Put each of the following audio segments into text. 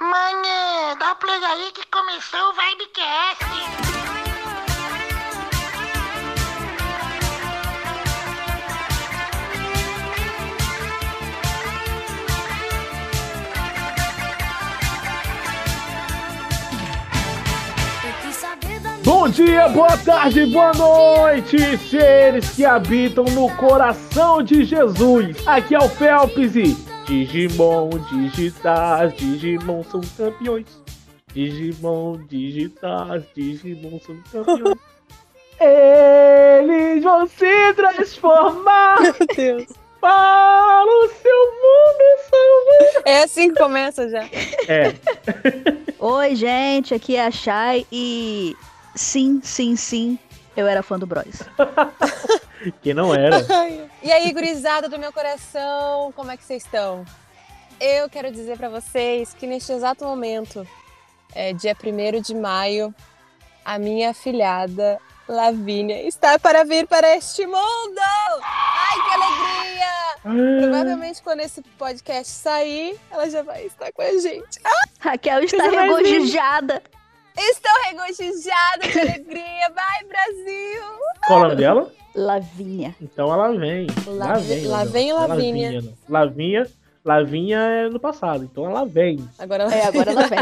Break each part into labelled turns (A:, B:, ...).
A: Mãe, dá play aí que começou o Vibecast.
B: Bom dia, boa tarde, boa noite, seres que habitam no coração de Jesus. Aqui é o Phelps e Digimon digitais, Digimon são campeões. Digimon digitais, Digimon são campeões. Eles vão se transformar
C: Meu Deus.
B: para o seu mundo salvar.
C: É assim que começa já.
B: É,
D: Oi, gente, aqui é a Shai e sim, sim, sim, eu era fã do Bros.
B: que não era.
C: E aí, gurizada do meu coração, como é que vocês estão? Eu quero dizer pra vocês que neste exato momento, é, dia 1 de maio, a minha filhada Lavínia está para vir para este mundo! Ai, que alegria! Hum. Provavelmente quando esse podcast sair, ela já vai estar com a gente.
D: Raquel está
C: Coisa mais linda.
D: regozijada.
C: Estou regozijada de alegria! Vai, Brasil!
B: Qual o nome dela?
D: Lavinha.
B: Então ela vem.
C: Lá
B: ela
C: vem-
B: vem,
C: lá
B: não.
C: vem
B: Ela
C: Lavínia.
B: vinha, não. Lavinha. Lavinha é no passado, então ela vem.
C: Agora ela
D: É, agora ela vem.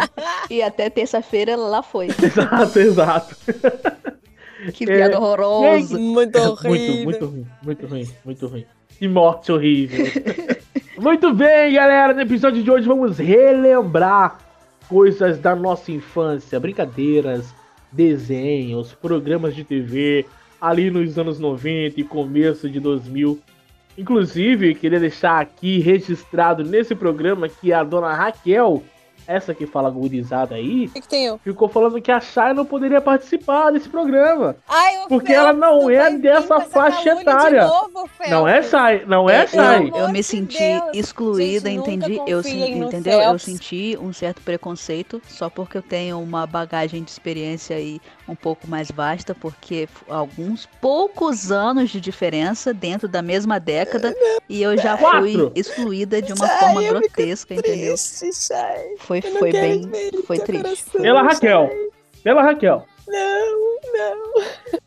D: E até terça-feira ela lá foi.
B: Exato, exato.
D: Que
B: É.
D: piada horrorosa.
C: Muito
B: Muito,
C: horrível.
B: muito ruim, muito ruim, muito ruim. Que morte horrível. muito bem, galera. No episódio de hoje vamos relembrar coisas da nossa infância, brincadeiras, desenhos, programas de TV, ali nos anos 90 e começo de 2000. Inclusive, queria deixar aqui registrado nesse programa que a dona Raquel, essa que fala gurizada aí,
C: O que, que tem eu?
B: ficou falando que a Chay não poderia participar desse programa.
C: Ai, o
B: Porque
C: Felps,
B: ela não
C: tu
B: é
C: vai vir
B: dessa
C: com essa
B: faixa
C: calúnia de
B: etária.
C: novo, Felps.
B: Não é Chay, não é
C: Eu-
B: Chay.
D: Eu, eu me
C: de
D: senti
C: Deus.
D: excluída,
C: Gente, nunca
D: entendi. Eu
C: confiem
D: senti,
C: no
D: entendeu? Eu
C: Phelps.
D: senti um certo preconceito só porque eu tenho uma bagagem de experiência aí um pouco mais vasta, porque f- alguns poucos anos de diferença dentro da mesma década e eu já fui
B: Quatro.
D: excluída de uma
C: Ai,
D: forma
C: eu fico
D: grotesca, entendeu?
C: Triste, Chay.
D: Foi
C: Eu não
D: foi
C: quero
D: bem,
C: ver
D: foi
C: teu
D: triste.
C: coração,
B: Pela
C: Chay.
B: Raquel. Pela Raquel.
C: Não, não.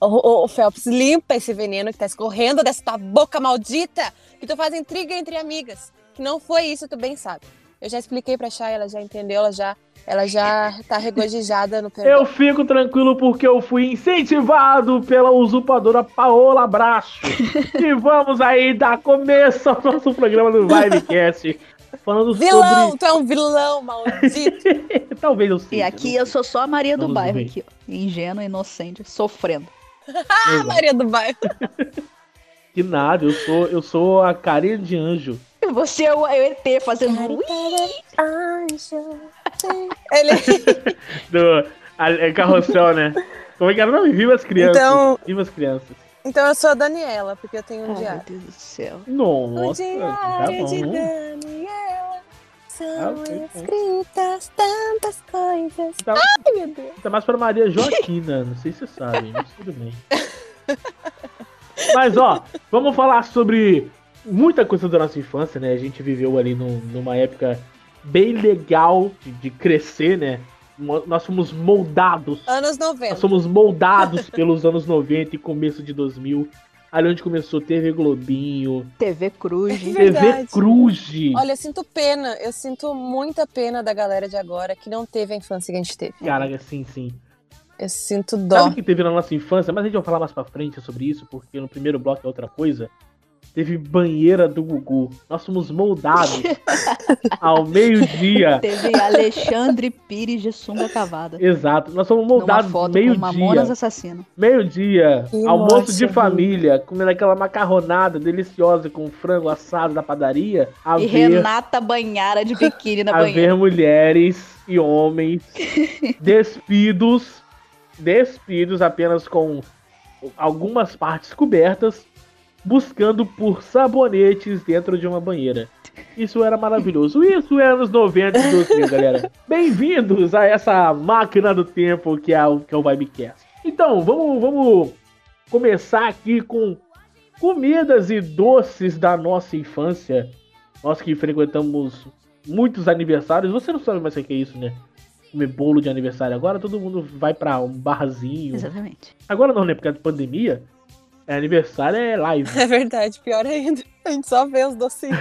C: Ô, ô, ô, Felps, limpa esse veneno que tá escorrendo dessa tua boca maldita que tu faz intriga entre amigas. Que não foi isso, tu bem sabe. Eu já expliquei pra Chay, ela já entendeu, ela já, ela já tá regozijada no
D: É.
C: perdão.
B: Eu fico tranquilo porque eu fui incentivado pela usurpadora Paola Bracho. e vamos aí dar começo ao nosso programa do Vibecast. Falando
C: Vilão, tu é um vilão maldito.
B: sobre. Talvez eu né?
D: E
B: seja.
D: aqui eu sou só a Maria do
B: Vamos
D: bairro
B: ver.
D: aqui, ó. ingênua, inocente, sofrendo.
C: ah, Maria do Bairro.
B: Que nada, eu sou, eu sou a carinha de anjo.
D: Você é o é o ET fazendo ui.
C: Ele...
B: Do a, é carrossel, né? Como é que era o nome? Viva as crianças.
C: Então-
B: Viva as crianças.
C: Então eu sou a Daniela, porque eu tenho um
D: Ai, meu
C: diário.
D: Deus do céu.
C: O
B: Nossa, tá
C: diário de
B: bom. né?
C: Daniela são
B: Ah, ok, ok.
C: escritas tantas coisas.
B: Tá-
C: Ai, meu Deus.
B: Tá mais pra Maria Joaquina, não sei se vocês sabem, mas tudo bem. Mas ó, vamos falar sobre muita coisa da nossa infância, né? A gente viveu ali num- numa época bem legal de, de crescer, né? Mo- Nós fomos moldados.
C: Anos
B: Nós
C: 90.
B: somos moldados pelos anos 90 e começo de 2000. Ali onde começou TV Globinho,
D: TV Cruz.
C: É
B: TV
C: verdade.
B: Cruz.
C: Olha, eu sinto pena, eu sinto muita pena da galera de agora que não teve a infância que a gente teve.
B: Caraca, sim, assim, sim.
C: Eu sinto
B: Sabe
C: dó.
B: o que teve na nossa infância? Mas a gente vai falar mais pra frente sobre isso, porque no primeiro bloco é outra coisa. Teve banheira do Gugu. Nós fomos moldados ao meio-dia.
D: Teve Alexandre Pires de sunga cavada.
B: Exato, nós fomos
D: Numa
B: moldados
D: foto com Mamonas assim.
B: meio-dia.
D: Assassino.
B: Meio-dia,
C: Que
B: almoço
C: morte
B: de
C: horrível.
B: família, comendo aquela macarronada deliciosa com frango assado da padaria. A
D: E
B: ver,
D: Renata banhara de biquíni na
B: a
D: banheira.
B: ver mulheres e homens despidos, despidos apenas com algumas partes cobertas, buscando por sabonetes dentro de uma banheira. Isso era maravilhoso. Isso era nos 90 e 2000, galera. Bem-vindos a essa máquina do tempo que é o, que é o Vibecast. Então, vamos, vamos começar aqui com comidas e doces da nossa infância. Nós que frequentamos muitos aniversários, você não sabe mais o que é isso, né? Comer bolo de aniversário. Agora todo mundo vai pra um barzinho.
D: Exatamente.
B: Agora não, né? Por causa da pandemia, é aniversário é live.
C: É verdade, pior ainda. A gente só vê os docinhos.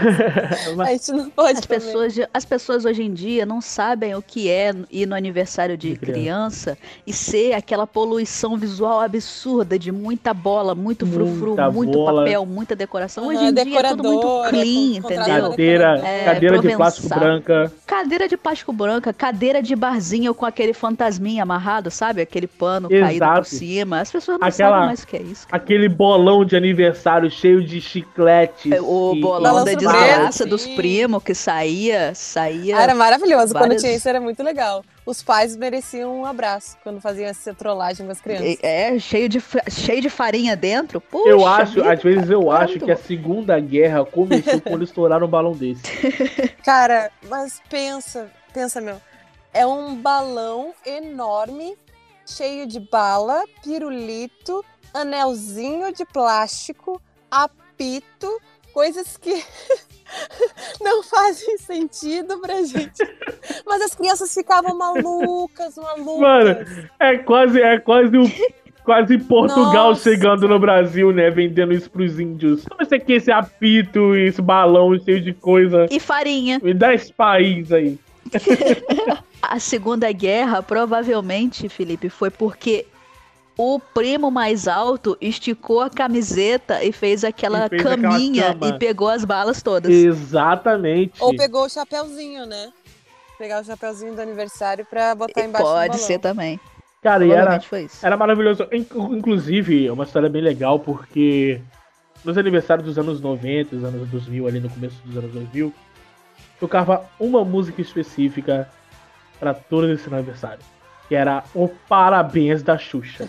B: Mas-
C: A gente não pode
D: As
C: comer.
D: pessoas, de- as pessoas hoje em dia não sabem o que é ir no aniversário de
B: De
D: criança, e ser aquela poluição visual absurda de muita bola, muito frufru,
B: Muita
D: muito
B: bola.
D: papel, muita decoração. Hoje
C: Aham,
D: em dia é tudo muito
C: decoradora,
D: clean,
C: con- contrata
D: entendeu?
B: Cadeira,
D: É,
B: cadeira de
D: Provençal.
B: plástico branca.
D: Cadeira de plástico branca, cadeira de barzinho com aquele fantasminha amarrado, sabe? Aquele pano caído por
B: Exato.
D: cima. As pessoas não
B: Aquela-
D: sabem mais o que é isso. cara.
B: Aquele bolão de aniversário cheio de chicletes.
D: É, O
B: e-
D: bolão da
C: Balanço
D: desgraça
C: preto,
D: dos
C: sim.
D: primos que saía,
C: Ah,
D: saía.
C: era maravilhoso. Quando
D: Várias-
C: tinha isso, era muito legal. Os pais mereciam um abraço quando faziam essa trollagem com as crianças.
D: É, cheio de, fa- cheio de farinha dentro. Puxa,
B: Eu acho,
D: vida,
B: às vezes eu
D: cara,
B: acho
D: muito
B: que a
D: bom.
B: Segunda Guerra começou quando estouraram um balão desse.
C: Cara, mas pensa, pensa, meu. É um balão enorme, cheio de bala, pirulito, anelzinho de plástico, apito, coisas que não fazem sentido pra gente. Mas as crianças ficavam malucas, malucas.
B: Mano, É quase, é quase o. Quase Portugal
C: Nossa.
B: chegando no Brasil, né? Vendendo isso pros índios. Como você quer esse apito, esse balão cheio de coisa?
D: E farinha.
B: Me dá esse país aí.
D: A Segunda Guerra, provavelmente, Felipe, foi porque o primo mais alto esticou a camiseta e fez aquela
B: E fez aquela
D: caminha
B: cama.
D: e pegou as balas todas.
B: Exatamente.
C: Ou pegou o chapéuzinho, né? Pegar o chapéuzinho do aniversário pra botar
D: E
C: Tá embaixo do
D: pode
C: balão.
D: ser também.
B: Cara, e era,
D: Provavelmente foi isso.
B: Era maravilhoso. In- Inclusive, é uma história bem legal, porque nos aniversários dos anos 90, dos anos 2000, ali no começo dos anos 2000, tocava uma música específica pra todo esse aniversário, que era o Parabéns da Xuxa.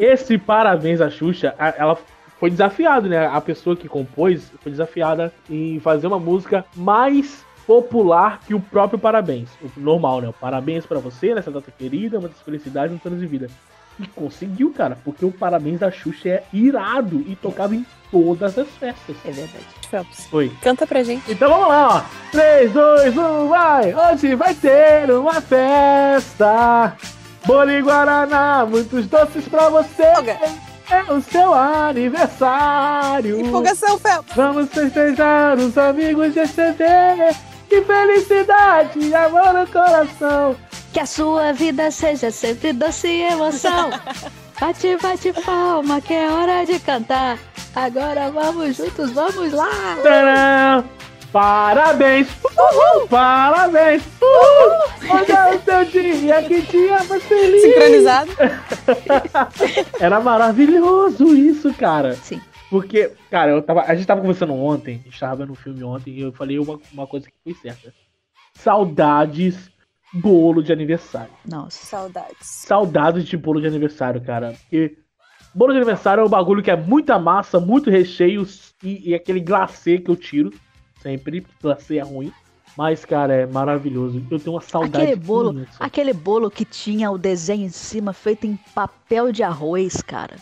B: esse Parabéns da Xuxa, a- ela foi desafiada, né? A pessoa que compôs foi desafiada em fazer uma música mais popular que o próprio Parabéns. O normal, né? O Parabéns pra você nessa data querida, muitas felicidades, muitos anos de vida. E conseguiu, cara, porque o Parabéns da Xuxa é irado e tocava em todas as festas.
D: É verdade.
C: Phelps,
B: Foi.
C: Canta pra gente.
B: Então vamos lá, ó. 3, 2, 1, vai! Hoje vai ter uma festa. Bolo e Guaraná, muitos doces pra você.
C: Olga.
B: É o seu aniversário.
C: Empolgação, Phelps.
B: Vamos festejar os amigos de CD. Que felicidade, e amor no coração.
D: Que a sua vida seja sempre doce e emoção. Bate, bate palma, que é hora de cantar. Agora vamos juntos, vamos lá!
B: Tcharam! Parabéns! Uhul! Parabéns! Uhul! Olha o seu dia, que dia mais feliz!
C: Sincronizado.
B: Era maravilhoso isso, cara.
D: Sim.
B: Porque, cara, eu tava, a gente tava conversando ontem, a gente tava vendo um filme ontem e eu falei uma, uma coisa que foi certa. Saudades bolo de aniversário.
D: Nossa.
C: Saudades.
B: Saudades de bolo de aniversário, cara. Porque bolo de aniversário é um bagulho que é muita massa, muito recheio e, e aquele glacê que eu tiro sempre. porque Glacê é ruim. Mas, cara, é maravilhoso. Eu tenho uma saudade.
D: Aquele bolo,
B: imensa.
D: Aquele bolo que tinha o desenho em cima feito em papel de arroz, cara.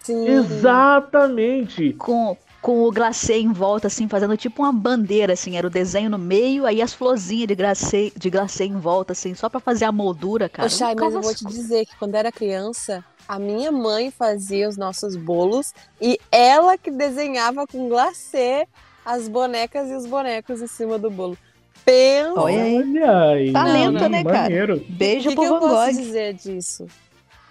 C: Sim.
B: Exatamente.
D: Com, com o glacê em volta, assim, fazendo tipo uma bandeira, assim. Era o desenho no meio, aí as florzinhas de glacê, de glacê em volta, assim, só pra fazer a moldura, cara.
C: Ô,
D: Um
C: Chay,
D: Nunca
C: mas eu
D: mais-
C: vou te dizer que quando era criança, a minha mãe fazia os nossos bolos e ela que desenhava com glacê as bonecas e os bonecos em cima do bolo. Pensa.
D: Olha aí.
B: aí.
D: Talento,
B: Hum,
D: né, cara?
B: maneiro.
C: o
D: Beijo
C: que,
D: pro
C: que eu
D: Van
C: posso
D: Gogh.
C: dizer disso?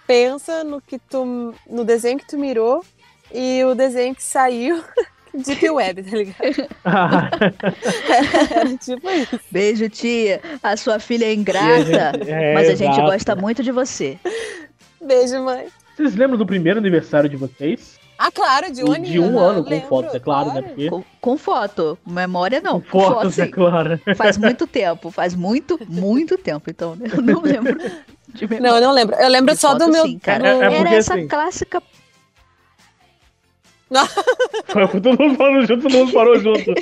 C: Pensa no que tu, no desenho que tu mirou e o desenho que saiu Deep Web, tá ligado? Era tipo isso.
D: Beijo, tia. A sua filha é ingrata,
B: É,
D: mas a gente
B: exato.
D: gosta muito de você.
C: Beijo, mãe.
B: Vocês lembram do primeiro aniversário de vocês?
C: Ah, claro, de um ano.
B: de um ano com
C: lembro,
B: fotos, é claro, né? Porque
D: Com, com foto. Memória não. Com foto,
B: fotos, é
D: sim.
B: claro.
D: Faz muito tempo. Faz muito, muito tempo. Então, né, eu não lembro de memória.
C: Não, eu não lembro. Eu lembro
D: De
C: só
D: foto,
C: do meu.
D: sim, cara.
C: do-
B: É
D: Era
B: porque,
D: essa
B: assim,
D: clássica.
B: Foi todo mundo falando junto, todo mundo parou junto.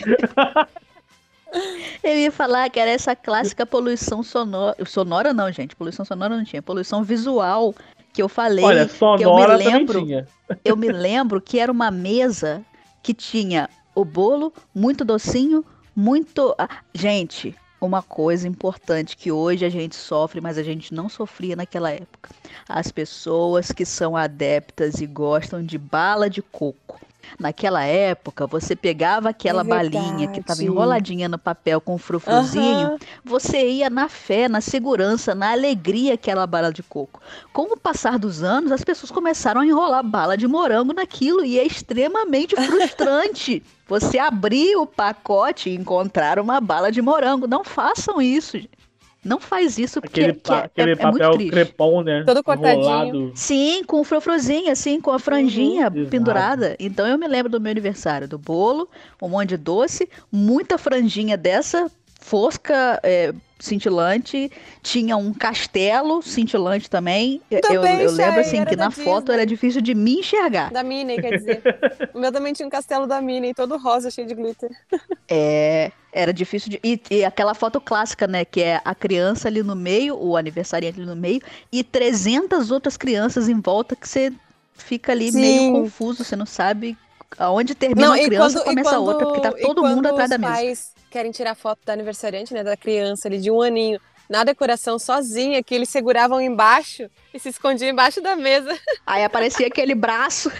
D: Eu ia falar que era essa clássica poluição sonora. Sonora não, gente. Poluição sonora não tinha. Poluição visual que eu falei.
B: Olha, sonora
D: que eu me
B: também
D: lembro.
B: tinha.
D: Eu me lembro que era uma mesa que tinha o bolo, muito docinho, muito. ah, gente, uma coisa importante que hoje a gente sofre, mas a gente não sofria naquela época. As pessoas que são adeptas e gostam de bala de coco. Naquela época, você pegava aquela
C: É
D: balinha que estava
C: verdade.
D: enroladinha no papel com um frufruzinho,
C: Aham.
D: você ia na fé, na segurança, na alegria aquela bala de coco. Com o passar dos anos, as pessoas começaram a enrolar bala de morango naquilo e é extremamente frustrante. Você abrir o pacote e encontrar uma bala de morango. Não façam isso. gente. Não faz isso porque
B: Aquele,
D: que é-
B: pa- aquele
D: é- é muito
B: papel
D: triste.
B: crepom, né?
C: Todo cortadinho.
B: Enrolado.
D: Sim, com o frofrozinho, assim, com a franjinha
B: Uhum, exato.
D: pendurada. Então eu me lembro do meu aniversário, do bolo, um monte de doce, muita franjinha dessa, fosca, é, cintilante, tinha um castelo cintilante também. Eu- eu,
C: Também,
D: eu lembro
C: Chay,
D: assim
C: era
D: que
C: da
D: na foto era difícil de me enxergar.
C: Da Minnie, quer dizer. o meu também tinha um castelo da Minnie, todo rosa, cheio de glitter.
D: É, era difícil de. E, e aquela foto clássica, né? Que é a criança ali no meio, o aniversariante ali no meio, e 300 outras crianças em volta que você fica ali meio
C: Sim.
D: confuso, você não sabe aonde termina uma criança e começa a outra, porque tá
C: e
D: todo mundo
C: quando
D: atrás da
C: os
D: mesa.
C: pais querem tirar foto da aniversariante, né, da criança ali de um aninho, na decoração sozinha, que eles seguravam embaixo e se escondiam embaixo da mesa.
D: Aí aparecia aquele braço.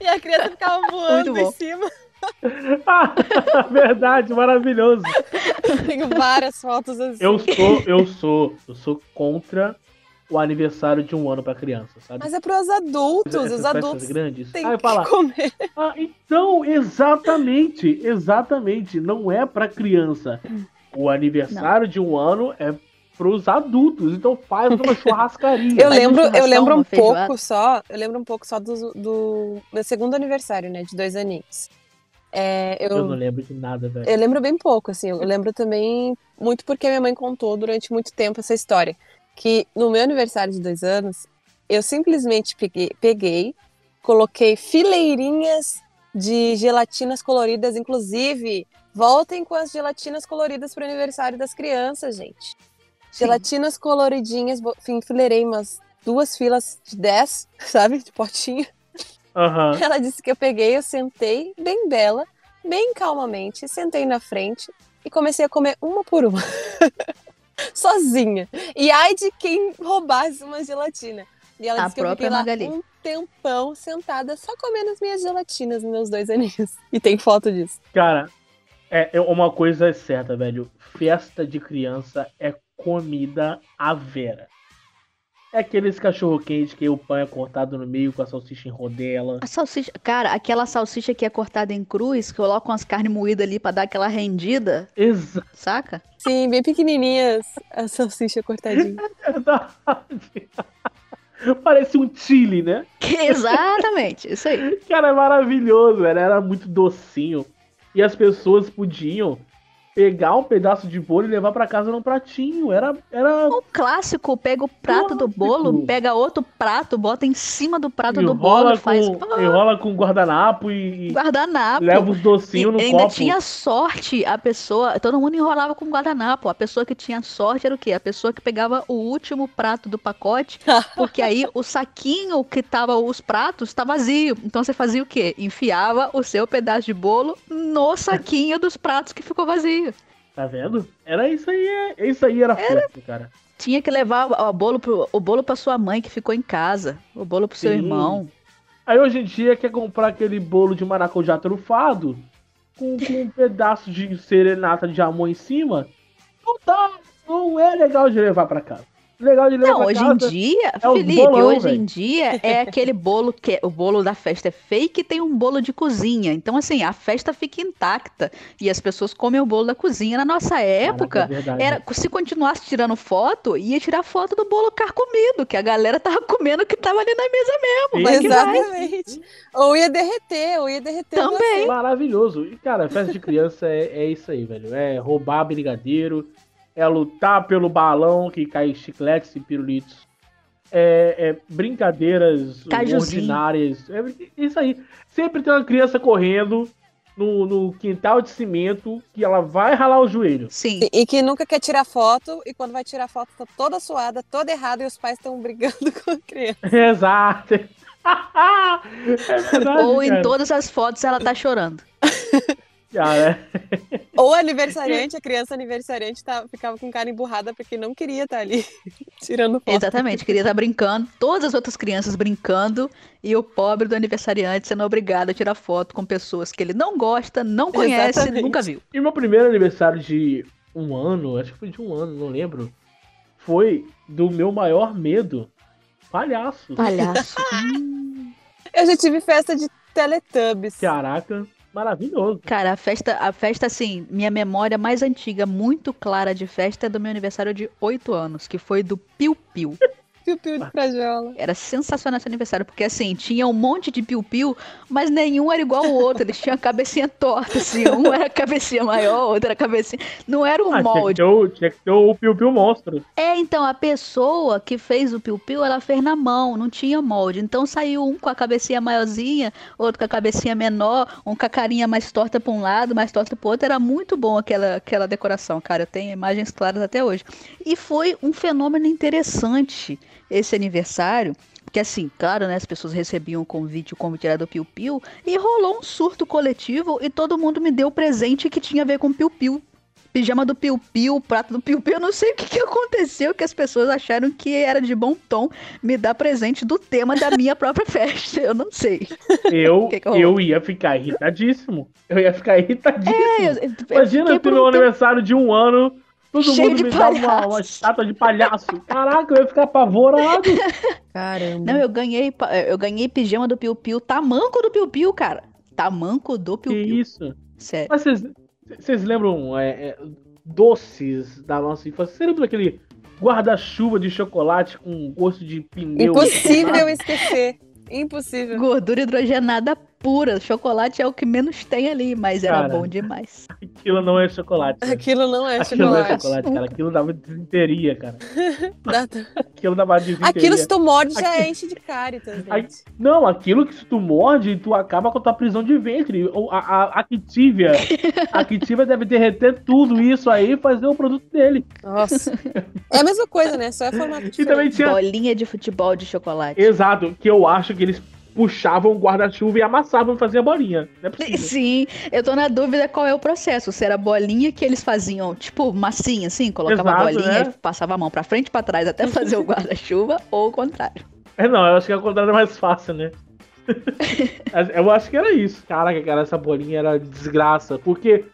C: E a criança ficava voando
D: Muito bom.
C: em cima.
B: Ah, verdade, maravilhoso.
C: Tenho várias fotos assim.
B: Eu sou, eu sou, eu sou contra o aniversário de um ano pra criança, sabe?
C: Mas é para os adultos,
B: Essas
C: os
B: festas
C: adultos
B: grandes.
C: têm
B: Aí
C: que
B: fala,
C: comer.
B: Ah, então, exatamente, exatamente. Não é pra criança. O aniversário de um ano é pros adultos. Então faz uma churrascaria.
C: Eu
D: Faz um
C: lembro, eu
D: churrascão,
C: lembro
D: uma
C: um
D: feijoada.
C: pouco só, eu lembro um pouco só do, do meu segundo aniversário, né, de dois aninhos. É, eu,
B: Eu não lembro de nada, velho.
C: eu lembro bem pouco, assim, eu lembro também muito porque minha mãe contou durante muito tempo essa história, que no meu aniversário de dois anos, eu simplesmente peguei, peguei coloquei fileirinhas de gelatinas coloridas, inclusive, voltem com as gelatinas coloridas para o aniversário das crianças, gente.
D: assim,
C: Gelatinas coloridinhas, bo- enfim, enfileirei umas duas filas de 10, sabe? De potinho.
B: Aham.
C: Ela disse que eu peguei, eu sentei, bem bela, bem calmamente, sentei na frente e comecei a comer uma por uma. Sozinha. E ai de quem roubasse uma gelatina. E ela
D: A
C: disse que eu
D: própria
C: fiquei lá
D: Magali.
C: um tempão sentada só comendo as minhas gelatinas nos meus dois aninhos. E tem foto disso.
B: Cara, é, é uma coisa é certa, velho. Festa de criança é comida à vera. É aqueles cachorro quente que o pão é cortado no meio com a salsicha em rodela.
D: A salsicha, cara, aquela salsicha que é cortada em cruz, colocam as carnes moídas ali pra dar aquela rendida,
B: Exato.
D: saca?
C: Sim, bem pequenininhas, a salsicha cortadinha.
B: Parece um chili, né?
D: Exatamente, isso aí.
B: Cara, é maravilhoso, velho. Era muito docinho. E as pessoas podiam pegar um pedaço de bolo e levar pra casa num pratinho. Era, era
D: O clássico, pega o prato do bolo,
B: Clássico.
D: pega outro prato, bota em cima do prato do
B: enrola
D: bolo,
B: com,
D: faz Ah,
B: enrola com guardanapo e, e
D: guardanapo.
B: leva os docinhos no
D: Ah, E ainda
B: copo.
D: tinha sorte a pessoa, todo mundo enrolava com guardanapo. A pessoa que tinha sorte era o quê? A pessoa que pegava o último prato do pacote, porque aí o saquinho que tava os pratos tá vazio. Então você fazia o quê? Enfiava o seu pedaço de bolo no saquinho dos pratos que ficou vazio.
B: Tá vendo? Era isso aí, é- isso aí era, festa, cara.
D: Tinha que levar o o bolo pro, o bolo para sua mãe que ficou em casa, o bolo pro seu
B: Sim.
D: irmão.
B: Aí hoje em dia quer comprar aquele bolo de maracujá trufado com, com um pedaço de serenata de amor em cima. Não dá, não é legal de levar pra casa. Legal de levar
D: Não,
B: pra
D: hoje
B: casa.
D: em dia,
B: é os
D: Felipe,
B: bolão,
D: hoje
B: velho.
D: em dia é aquele bolo que é- o bolo da festa é fake e tem um bolo de cozinha. Então, assim, a festa fica intacta e as pessoas comem o bolo da cozinha. Na nossa
B: Caraca, é
D: época,
B: verdade.
D: era, se continuasse tirando foto, ia tirar foto do bolo carcomido, que a galera tava comendo o que tava ali na mesa mesmo.
B: Sim.
D: Vai que
C: Exatamente. Ou ia derreter, ou ia derreter. o
D: Também.
C: doce.
B: Maravilhoso. E, cara, festa de criança é, é isso aí, velho. É roubar brigadeiro, é lutar pelo balão que cai chicletes e pirulitos. É, é brincadeiras
D: Cajuzinho.
B: ordinárias. É isso aí. Sempre tem uma criança correndo no, no quintal de cimento que ela vai ralar o joelho.
D: Sim.
C: E, e que nunca quer tirar foto, e quando vai tirar foto tá toda suada, toda errada, e os pais estão brigando com a criança.
B: Exato. é verdade.
D: Ou em
B: cara.
D: todas as fotos ela tá chorando.
B: Ah, é.
C: Ou aniversariante, a criança aniversariante tá- ficava com cara emburrada porque não queria estar ali tirando foto.
D: Exatamente, queria estar brincando, todas as outras crianças brincando e o pobre do aniversariante sendo obrigado a tirar foto com pessoas que ele não gosta, não conhece,
C: Exatamente.
D: nunca viu.
B: E meu primeiro aniversário de um ano, acho que foi de um ano, não lembro. Foi do meu maior medo. Palhaço.
D: Palhaço.
C: Eu já tive festa de Teletubbies.
B: Caraca, maravilhoso.
D: Cara, a festa, a festa, assim, minha memória mais antiga, muito clara de festa é do meu aniversário de 8 anos, que foi do Piu Piu.
C: Piu-piu de frajola.
D: Era sensacional esse aniversário, porque assim, tinha um monte de piu-piu, mas nenhum era igual ao outro. Eles tinham a cabecinha torta, assim. Um era a cabecinha maior, o outro era a cabecinha. Não era um
B: Ah, tinha, que
D: molde.
B: ter o, tinha que ter o Piu Piu Monstro.
D: É, então, a pessoa que fez o piu-piu, ela fez na mão, não tinha molde. Então saiu um com a cabecinha maiorzinha, outro com a cabecinha menor, um com a carinha mais torta pra um lado, mais torta pro outro. Era muito bom aquela, aquela decoração, cara. Eu tenho imagens claras até hoje. E foi um fenômeno interessante esse aniversário. Porque assim, claro, né? As pessoas recebiam o convite, o convite era do Piu Piu, e rolou um surto coletivo e todo mundo me deu presente que tinha a ver com Piu Piu pijama do Piu Piu, prato do Piu Piu, eu não sei o que, que aconteceu, que as pessoas acharam que era de bom tom me dar presente do tema da minha própria festa, eu não sei.
B: Eu,
D: Que que
B: eu
D: rolou?
B: ia ficar irritadíssimo. Eu ia ficar irritadíssimo.
D: É, eu- eu
B: Imagina
D: fiquei
B: pro
D: por
B: meu
D: um tempo-
B: aniversário de um ano, todo
D: Cheio
B: mundo
D: de
B: me dá uma,
D: palhaço.
B: uma estátua de palhaço. Caraca, eu ia ficar apavorado.
C: Caramba.
D: Não, eu ganhei, pa- eu ganhei pijama do Piu Piu, tamanco do Piu Piu, cara. Tamanco do
B: que
D: Piu Piu,
B: isso?
D: sério.
B: Mas vocês- vocês lembram é, é, doces da nossa infância? Você lembra daquele guarda-chuva de chocolate com gosto de pneu?
C: Impossível esquecer. Impossível.
D: Gordura hidrogenada pura, chocolate é o que menos tem ali, mas era
B: Cara.
D: bom demais.
B: Aquilo não é chocolate. né?
C: Aquilo não é
B: Aquilo não é
C: chocolate.
B: chocolate, cara. Aquilo dava desinteria, cara.
C: Dá-
B: Aquilo dava desinteria.
C: Aquilo se tu morde já
B: Aqui-
C: enche de cáritas, gente.
B: Aqui- Não, aquilo que se tu morde, tu acaba com a tua prisão de ventre. Ou A, a, a Activia. A Activia deve derreter tudo isso aí e fazer o produto dele.
C: Nossa. É a mesma coisa, né? Só é formato
B: E
C: diferente.
B: também tinha.
D: Bolinha de futebol de chocolate.
B: Exato, que eu acho que eles puxavam o guarda-chuva e amassavam e faziam a bolinha. Não é possível.
D: Sim, eu tô na dúvida qual é o processo. Se era a bolinha que eles faziam, tipo, massinha, assim, colocava a
B: Exato,
D: bolinha
B: né?
D: e passava a mão pra frente e pra trás até fazer o guarda-chuva, ou o contrário.
B: É, não, eu acho que ao contrário é mais fácil, né? eu acho que era isso. Caraca, cara, essa bolinha era desgraça. Porque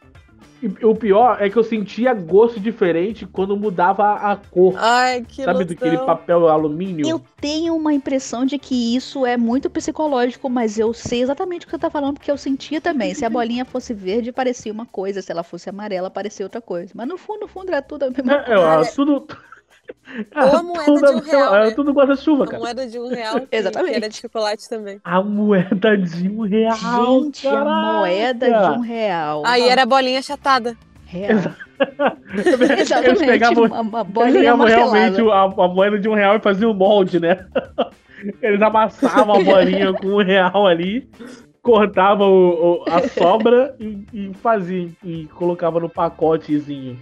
B: e- o pior é que eu sentia gosto diferente quando mudava a cor.
C: Ai, que
B: Sabe
C: ilusão.
B: daquele papel alumínio?
D: Eu tenho uma impressão de que isso é muito psicológico, mas eu sei exatamente o que você tá falando, porque eu sentia também. Se a bolinha fosse verde, parecia uma coisa, se ela fosse amarela, parecia outra coisa. Mas no fundo, no fundo, era tudo a mesma
B: É,
D: coisa.
B: ó, tudo. Ah,
C: Ou a moeda
B: tudo,
C: de um real,
B: é,
C: né?
B: tudo guarda-chuva,
C: A
B: cara.
C: moeda de um real que-
D: Exatamente.
C: que era de chocolate também.
B: A moeda de um real.
D: Gente, a moeda de um real.
C: Aí era a bolinha achatada.
D: Real.
B: real. Eles
D: Exatamente,
B: pegavam,
D: uma, uma
B: eles
D: bolinha
B: pegavam
D: amarelada.
B: realmente a, a moeda de um real e faziam o molde, né? Eles amassavam a bolinha com um real ali, cortavam o- o- a sobra e, e faziam. E colocavam no pacotezinho.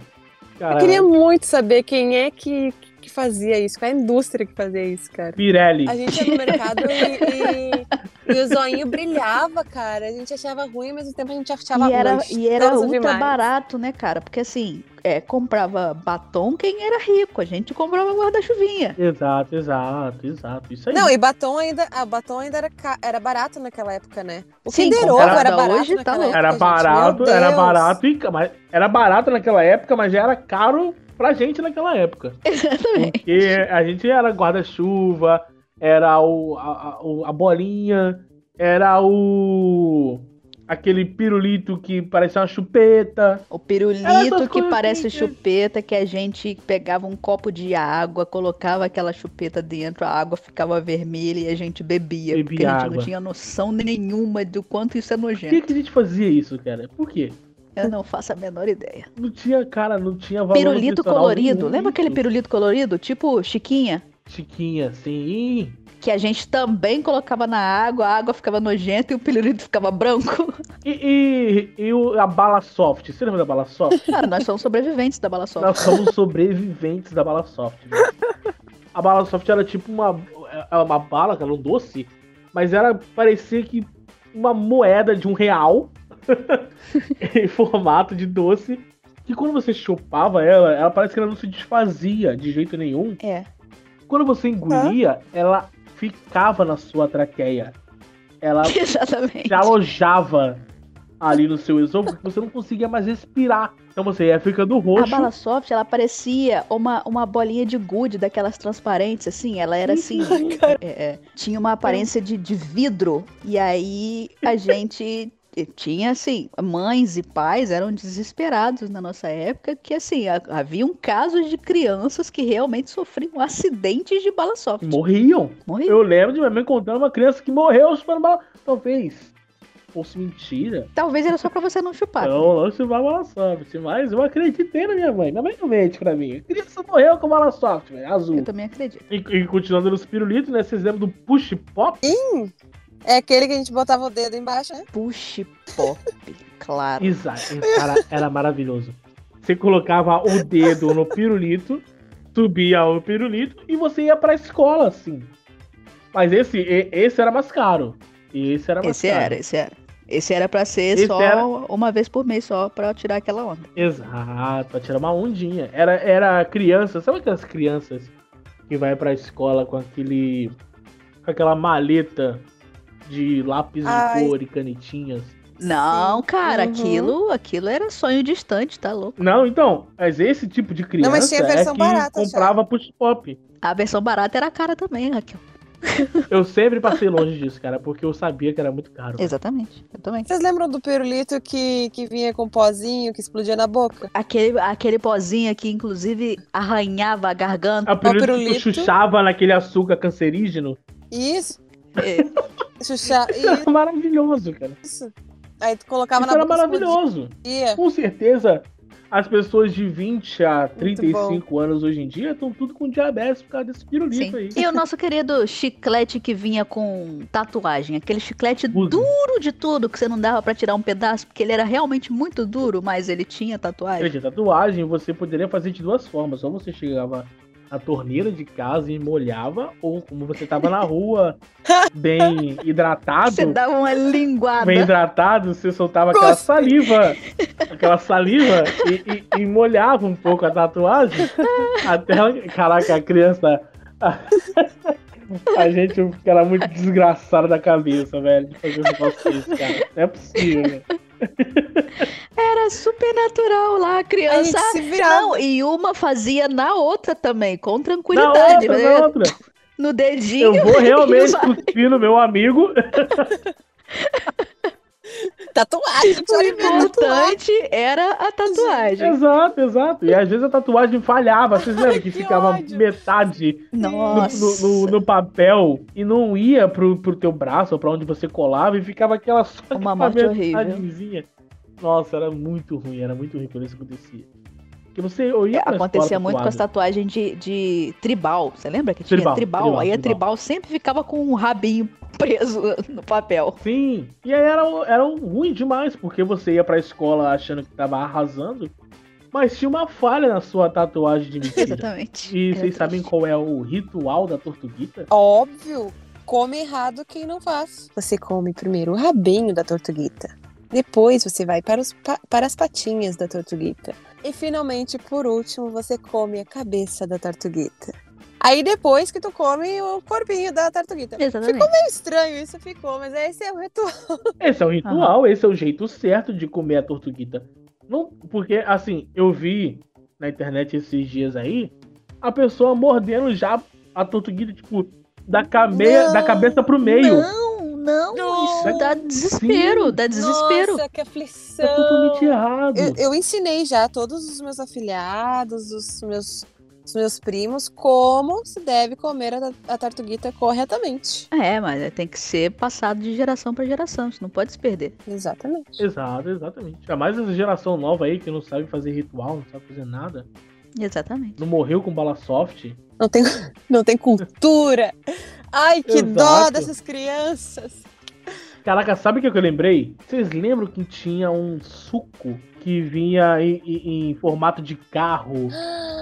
B: Cara,
C: Eu queria muito saber quem é que, que fazia isso, qual é a indústria que fazia isso, cara.
B: Pirelli.
C: A gente ia no mercado e, e- e o zoinho brilhava, cara. A gente achava ruim, mas ao mesmo tempo a gente achava
D: E era,
C: luxo.
D: e era
C: Nossa,
D: ultra
C: demais.
D: barato, né, cara? Porque assim, é, comprava batom quem era rico. A gente comprava guarda-chuvinha.
B: Exato, exato, exato. Isso aí.
C: Não, e batom ainda, ah, batom ainda era, ca- era barato naquela época, né? O
D: Sim,
C: Kinder Ovo
D: comparado
C: era
D: a
C: barato
D: hoje, tá
C: naquela
D: louco.
C: época,
B: Era
C: gente.
B: barato,
C: Meu
B: era
C: Deus.
B: barato e ca- mas era barato naquela época, mas já era caro pra gente naquela época.
D: Exatamente.
B: Porque a gente era guarda-chuva, era o a, a- o- a bolinha, era o aquele pirulito que parecia uma chupeta.
D: O
B: Era essas
D: pirulito que
B: coisas
D: parece
B: assim que-
D: chupeta, que a gente pegava um copo de água, colocava aquela chupeta dentro, a água ficava vermelha e a gente bebia.
B: Bebia
D: porque a gente
B: água.
D: não tinha noção nenhuma do quanto isso é
B: Por que,
D: nojento.
B: que a gente fazia isso, cara? Por quê?
D: Eu não faço a menor ideia.
B: Não tinha, cara, não tinha valor
D: Pirulito
B: nutricional
D: colorido.
B: nenhum
D: Lembra aquele
B: nisso.
D: pirulito colorido? Tipo Chiquinha?
B: Chiquinha, sim.
D: que a gente também colocava na água, a água ficava nojenta e o pirulito ficava branco.
B: E, e, e o- a bala soft. Você lembra da bala soft?
D: Cara, nós somos sobreviventes da bala soft.
B: Nós somos sobreviventes da bala soft. né? A bala soft era tipo uma, era uma bala, que era um doce, mas era parecia que uma moeda de um real. em formato de doce. Que quando você chupava ela, ela parece que ela não se desfazia de jeito nenhum.
C: É.
B: Quando você engolia, ela ficava na sua traqueia. Ela
D: Exatamente.
B: se alojava ali no seu esôfago que você não conseguia mais respirar. Então você ia ficando
D: A
B: roxo.
D: bala soft, ela parecia uma, uma bolinha de gude daquelas transparentes, assim. Ela era assim. é, é, tinha uma aparência de, de vidro. E aí a gente. Tinha, assim, mães e pais eram desesperados na nossa época, que, assim, ha- haviam casos de crianças que realmente sofriam acidentes de bala soft.
B: Morriam.
D: Morriam.
B: Eu lembro de minha mãe contando uma criança que morreu chupando bala. Talvez fosse mentira.
D: Talvez era só pra você não chupar.
B: Não, não se vai bala soft, mas eu acreditei na minha mãe. Minha mãe não mente pra mim. A criança morreu com bala soft, velho.
D: Eu
B: Azul.
D: também acredito.
B: E, e continuando nos pirulitos, né? Vocês lembram do push pop?
C: É aquele que a gente botava o dedo embaixo, né?
D: Push pop, claro.
B: Exato. Cara, era maravilhoso. Você colocava o dedo no pirulito, subia o pirulito e você ia pra escola, assim. Mas esse, e- esse era mais caro. E esse era mais
D: Esse
B: caro.
D: era, esse era. Esse era pra ser
B: Esse
D: só
B: era-
D: uma vez por mês, só pra tirar aquela onda.
B: Exato, pra tirar uma ondinha. Era, era criança, sabe aquelas crianças que vai pra escola com aquele. com aquela maleta de lápis
C: Ai.
B: de cor e canetinhas?
D: Não, cara,
C: Uhum.
D: aquilo, aquilo era sonho distante, tá louco?
B: Não, então, mas esse tipo de criança
C: Não, mas tinha
B: é
C: versão
B: que
C: barata,
B: comprava push pop.
D: A versão barata era cara também, Raquel.
B: Eu sempre passei longe disso, cara, porque eu sabia que era muito caro.
D: Exatamente, eu também.
C: Vocês lembram do pirulito que, que vinha com pozinho, que explodia na boca?
D: Aquele, aquele pozinho que, inclusive, arranhava a garganta.
B: A pirulito, que
C: pirulito.
B: tu chuchava naquele açúcar cancerígeno.
C: Isso.
D: É,
C: Xuxa,
B: Isso era maravilhoso, cara.
C: isso. Aí tu colocava
B: Isso
C: na
B: era
C: boca
B: maravilhoso.
C: explodia.
B: Com certeza, as pessoas de 20 a
C: Muito
B: 35 anos hoje em dia estão tudo com diabetes por causa desse pirulito
D: sim.
B: aí.
D: E o nosso querido chiclete que vinha com tatuagem. Aquele chiclete
B: Tudo.
D: duro de tudo, que você não dava pra tirar um pedaço, porque ele era realmente muito duro, mas ele tinha tatuagem.
B: Acredita, tatuagem você poderia fazer de duas formas. Ou você chegava na torneira de casa e molhava, ou como você tava na rua, bem hidratado,
D: Você dava uma linguada.
B: bem hidratado, você soltava aquela
C: Cuspe.
B: saliva, aquela saliva e, e- e molhava um pouco a tatuagem. Até, ela- caraca, a criança. A gente era muito desgraçado da cabeça, velho, de fazer um negócio desse, cara. Não é possível.
D: Era super natural lá, a
C: Aí a
D: criança. Ah,
C: gente se virava.
D: Não, e uma fazia na outra também, com
B: Na
D: tranquilidade.
B: outra,
D: né?
B: na outra.
D: No dedinho.
B: Eu vou
D: e
B: realmente
D: vai.
B: cuspir no meu amigo.
C: Tatuagem,
D: O
C: olha minha tatuagem.
D: importante era a tatuagem.
B: Exato, exato. E às vezes a tatuagem falhava. Vocês lembram que
C: Que
B: ficava
C: ódio.
B: metade no,
D: Nossa.
B: no- no- no papel e não ia pro, pro teu braço ou pra onde você colava e ficava aquela só
D: Uma
B: aquela
D: morte horrível.
B: metadezinha. Nossa, era muito ruim, era muito ruim quando isso acontecia. Porque você eu ia pra
D: É, Acontecia
B: escola
D: muito com as
B: tatuado.
D: tatuagens de, de tribal. Você lembra que tinha
B: Tribal,
D: tribal?
B: tribal,
D: Aí a
B: tribal.
D: tribal sempre ficava com um rabinho preso no papel.
B: Sim, e aí era, era um ruim demais, porque você ia pra escola achando que tava arrasando, mas tinha uma falha na sua tatuagem de mentira.
D: Exatamente.
B: E
D: Era
B: vocês sabem
D: triste.
B: qual é o ritual da tortuguita?
C: Óbvio, come errado quem não faz. Você come primeiro o rabinho da tortuguita. Depois você vai para, os pa- para as patinhas da tortuguita. E finalmente, por último, você come a cabeça da tortuguita. Aí depois que tu come o corpinho da
B: é
C: tortuguita.
D: Exatamente.
C: Meio estranho isso ficou, mas esse é o ritual.
B: Esse é o ritual, esse é o jeito certo de comer a tortuguita. Não, porque, assim, eu vi na internet esses dias aí, a pessoa mordendo já a tortuguita, tipo, da, cameia,
C: Não,
B: da cabeça pro meio.
D: Não, não,
C: Não.
D: Isso dá desespero. Dá desespero.
C: Nossa, que
B: Tá
C: aflição.
B: totalmente errado.
C: Eu, eu ensinei já todos os meus afilhados, os meus, os meus primos, como se deve comer a, a tortuguita corretamente.
D: É, mas tem que ser passado de geração pra geração. Isso não pode se perder.
C: Exatamente.
B: Exato, exatamente. Ainda mais essa geração nova aí que não sabe fazer ritual, não sabe fazer nada.
D: Exatamente.
B: Não morreu com bala soft.
C: Não tem, não tem cultura. Ai, que dó
B: Exato.
C: dessas crianças.
B: Caraca, sabe o que eu lembrei? Vocês lembram que tinha um suco que vinha em, em- em formato de carro,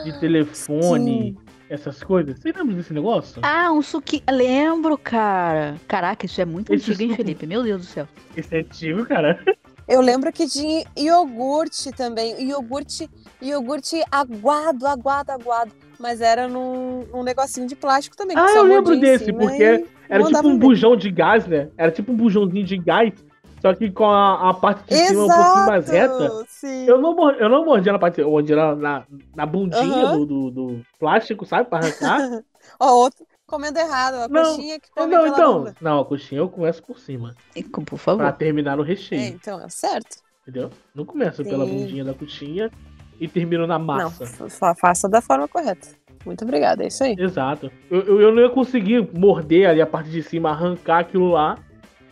B: de telefone, essas coisas? Vocês lembram desse negócio?
D: Ah, um suquinho. Lembro, cara. Caraca, isso é muito
B: Esse
D: antigo, hein,
B: suco-
D: Felipe? Meu Deus do céu.
B: Esse é antigo, cara.
C: Eu lembro que tinha iogurte também. Iogurte, iogurte aguado, aguado, aguado. Mas era num, num negocinho de plástico também. com
B: Ah, eu
C: sabor
B: lembro
C: de
B: desse,
C: ensina
B: porque
C: e
B: era tipo
C: mandava
B: um
C: ver.
B: bujão de gás, né? Era tipo um bujãozinho de gás, só que com a, a parte de cima um pouquinho mais reta.
C: Exato, sim.
B: Eu não, mor- eu não mordia na parte, eu mordia na, na, na bundinha
C: Aham.
B: do, do, do plástico, sabe? Pra arrancar.
C: Ó, outro comendo errado, a
B: Não,
C: coxinha que come
B: não,
C: pela
B: então.
C: bunda.
B: Não, a coxinha eu começo por cima.
D: E, Por
B: Pra
D: favor.
B: terminar no
C: É,
B: recheio,
C: então, é certo.
B: entendeu? Não começo pela
C: Sim.
B: bundinha da coxinha e termino na massa.
C: Não, fa- faça da forma correta. Muito obrigada, é isso aí.
B: Exato. Eu, eu, eu não ia conseguir morder ali a parte de cima, arrancar aquilo lá.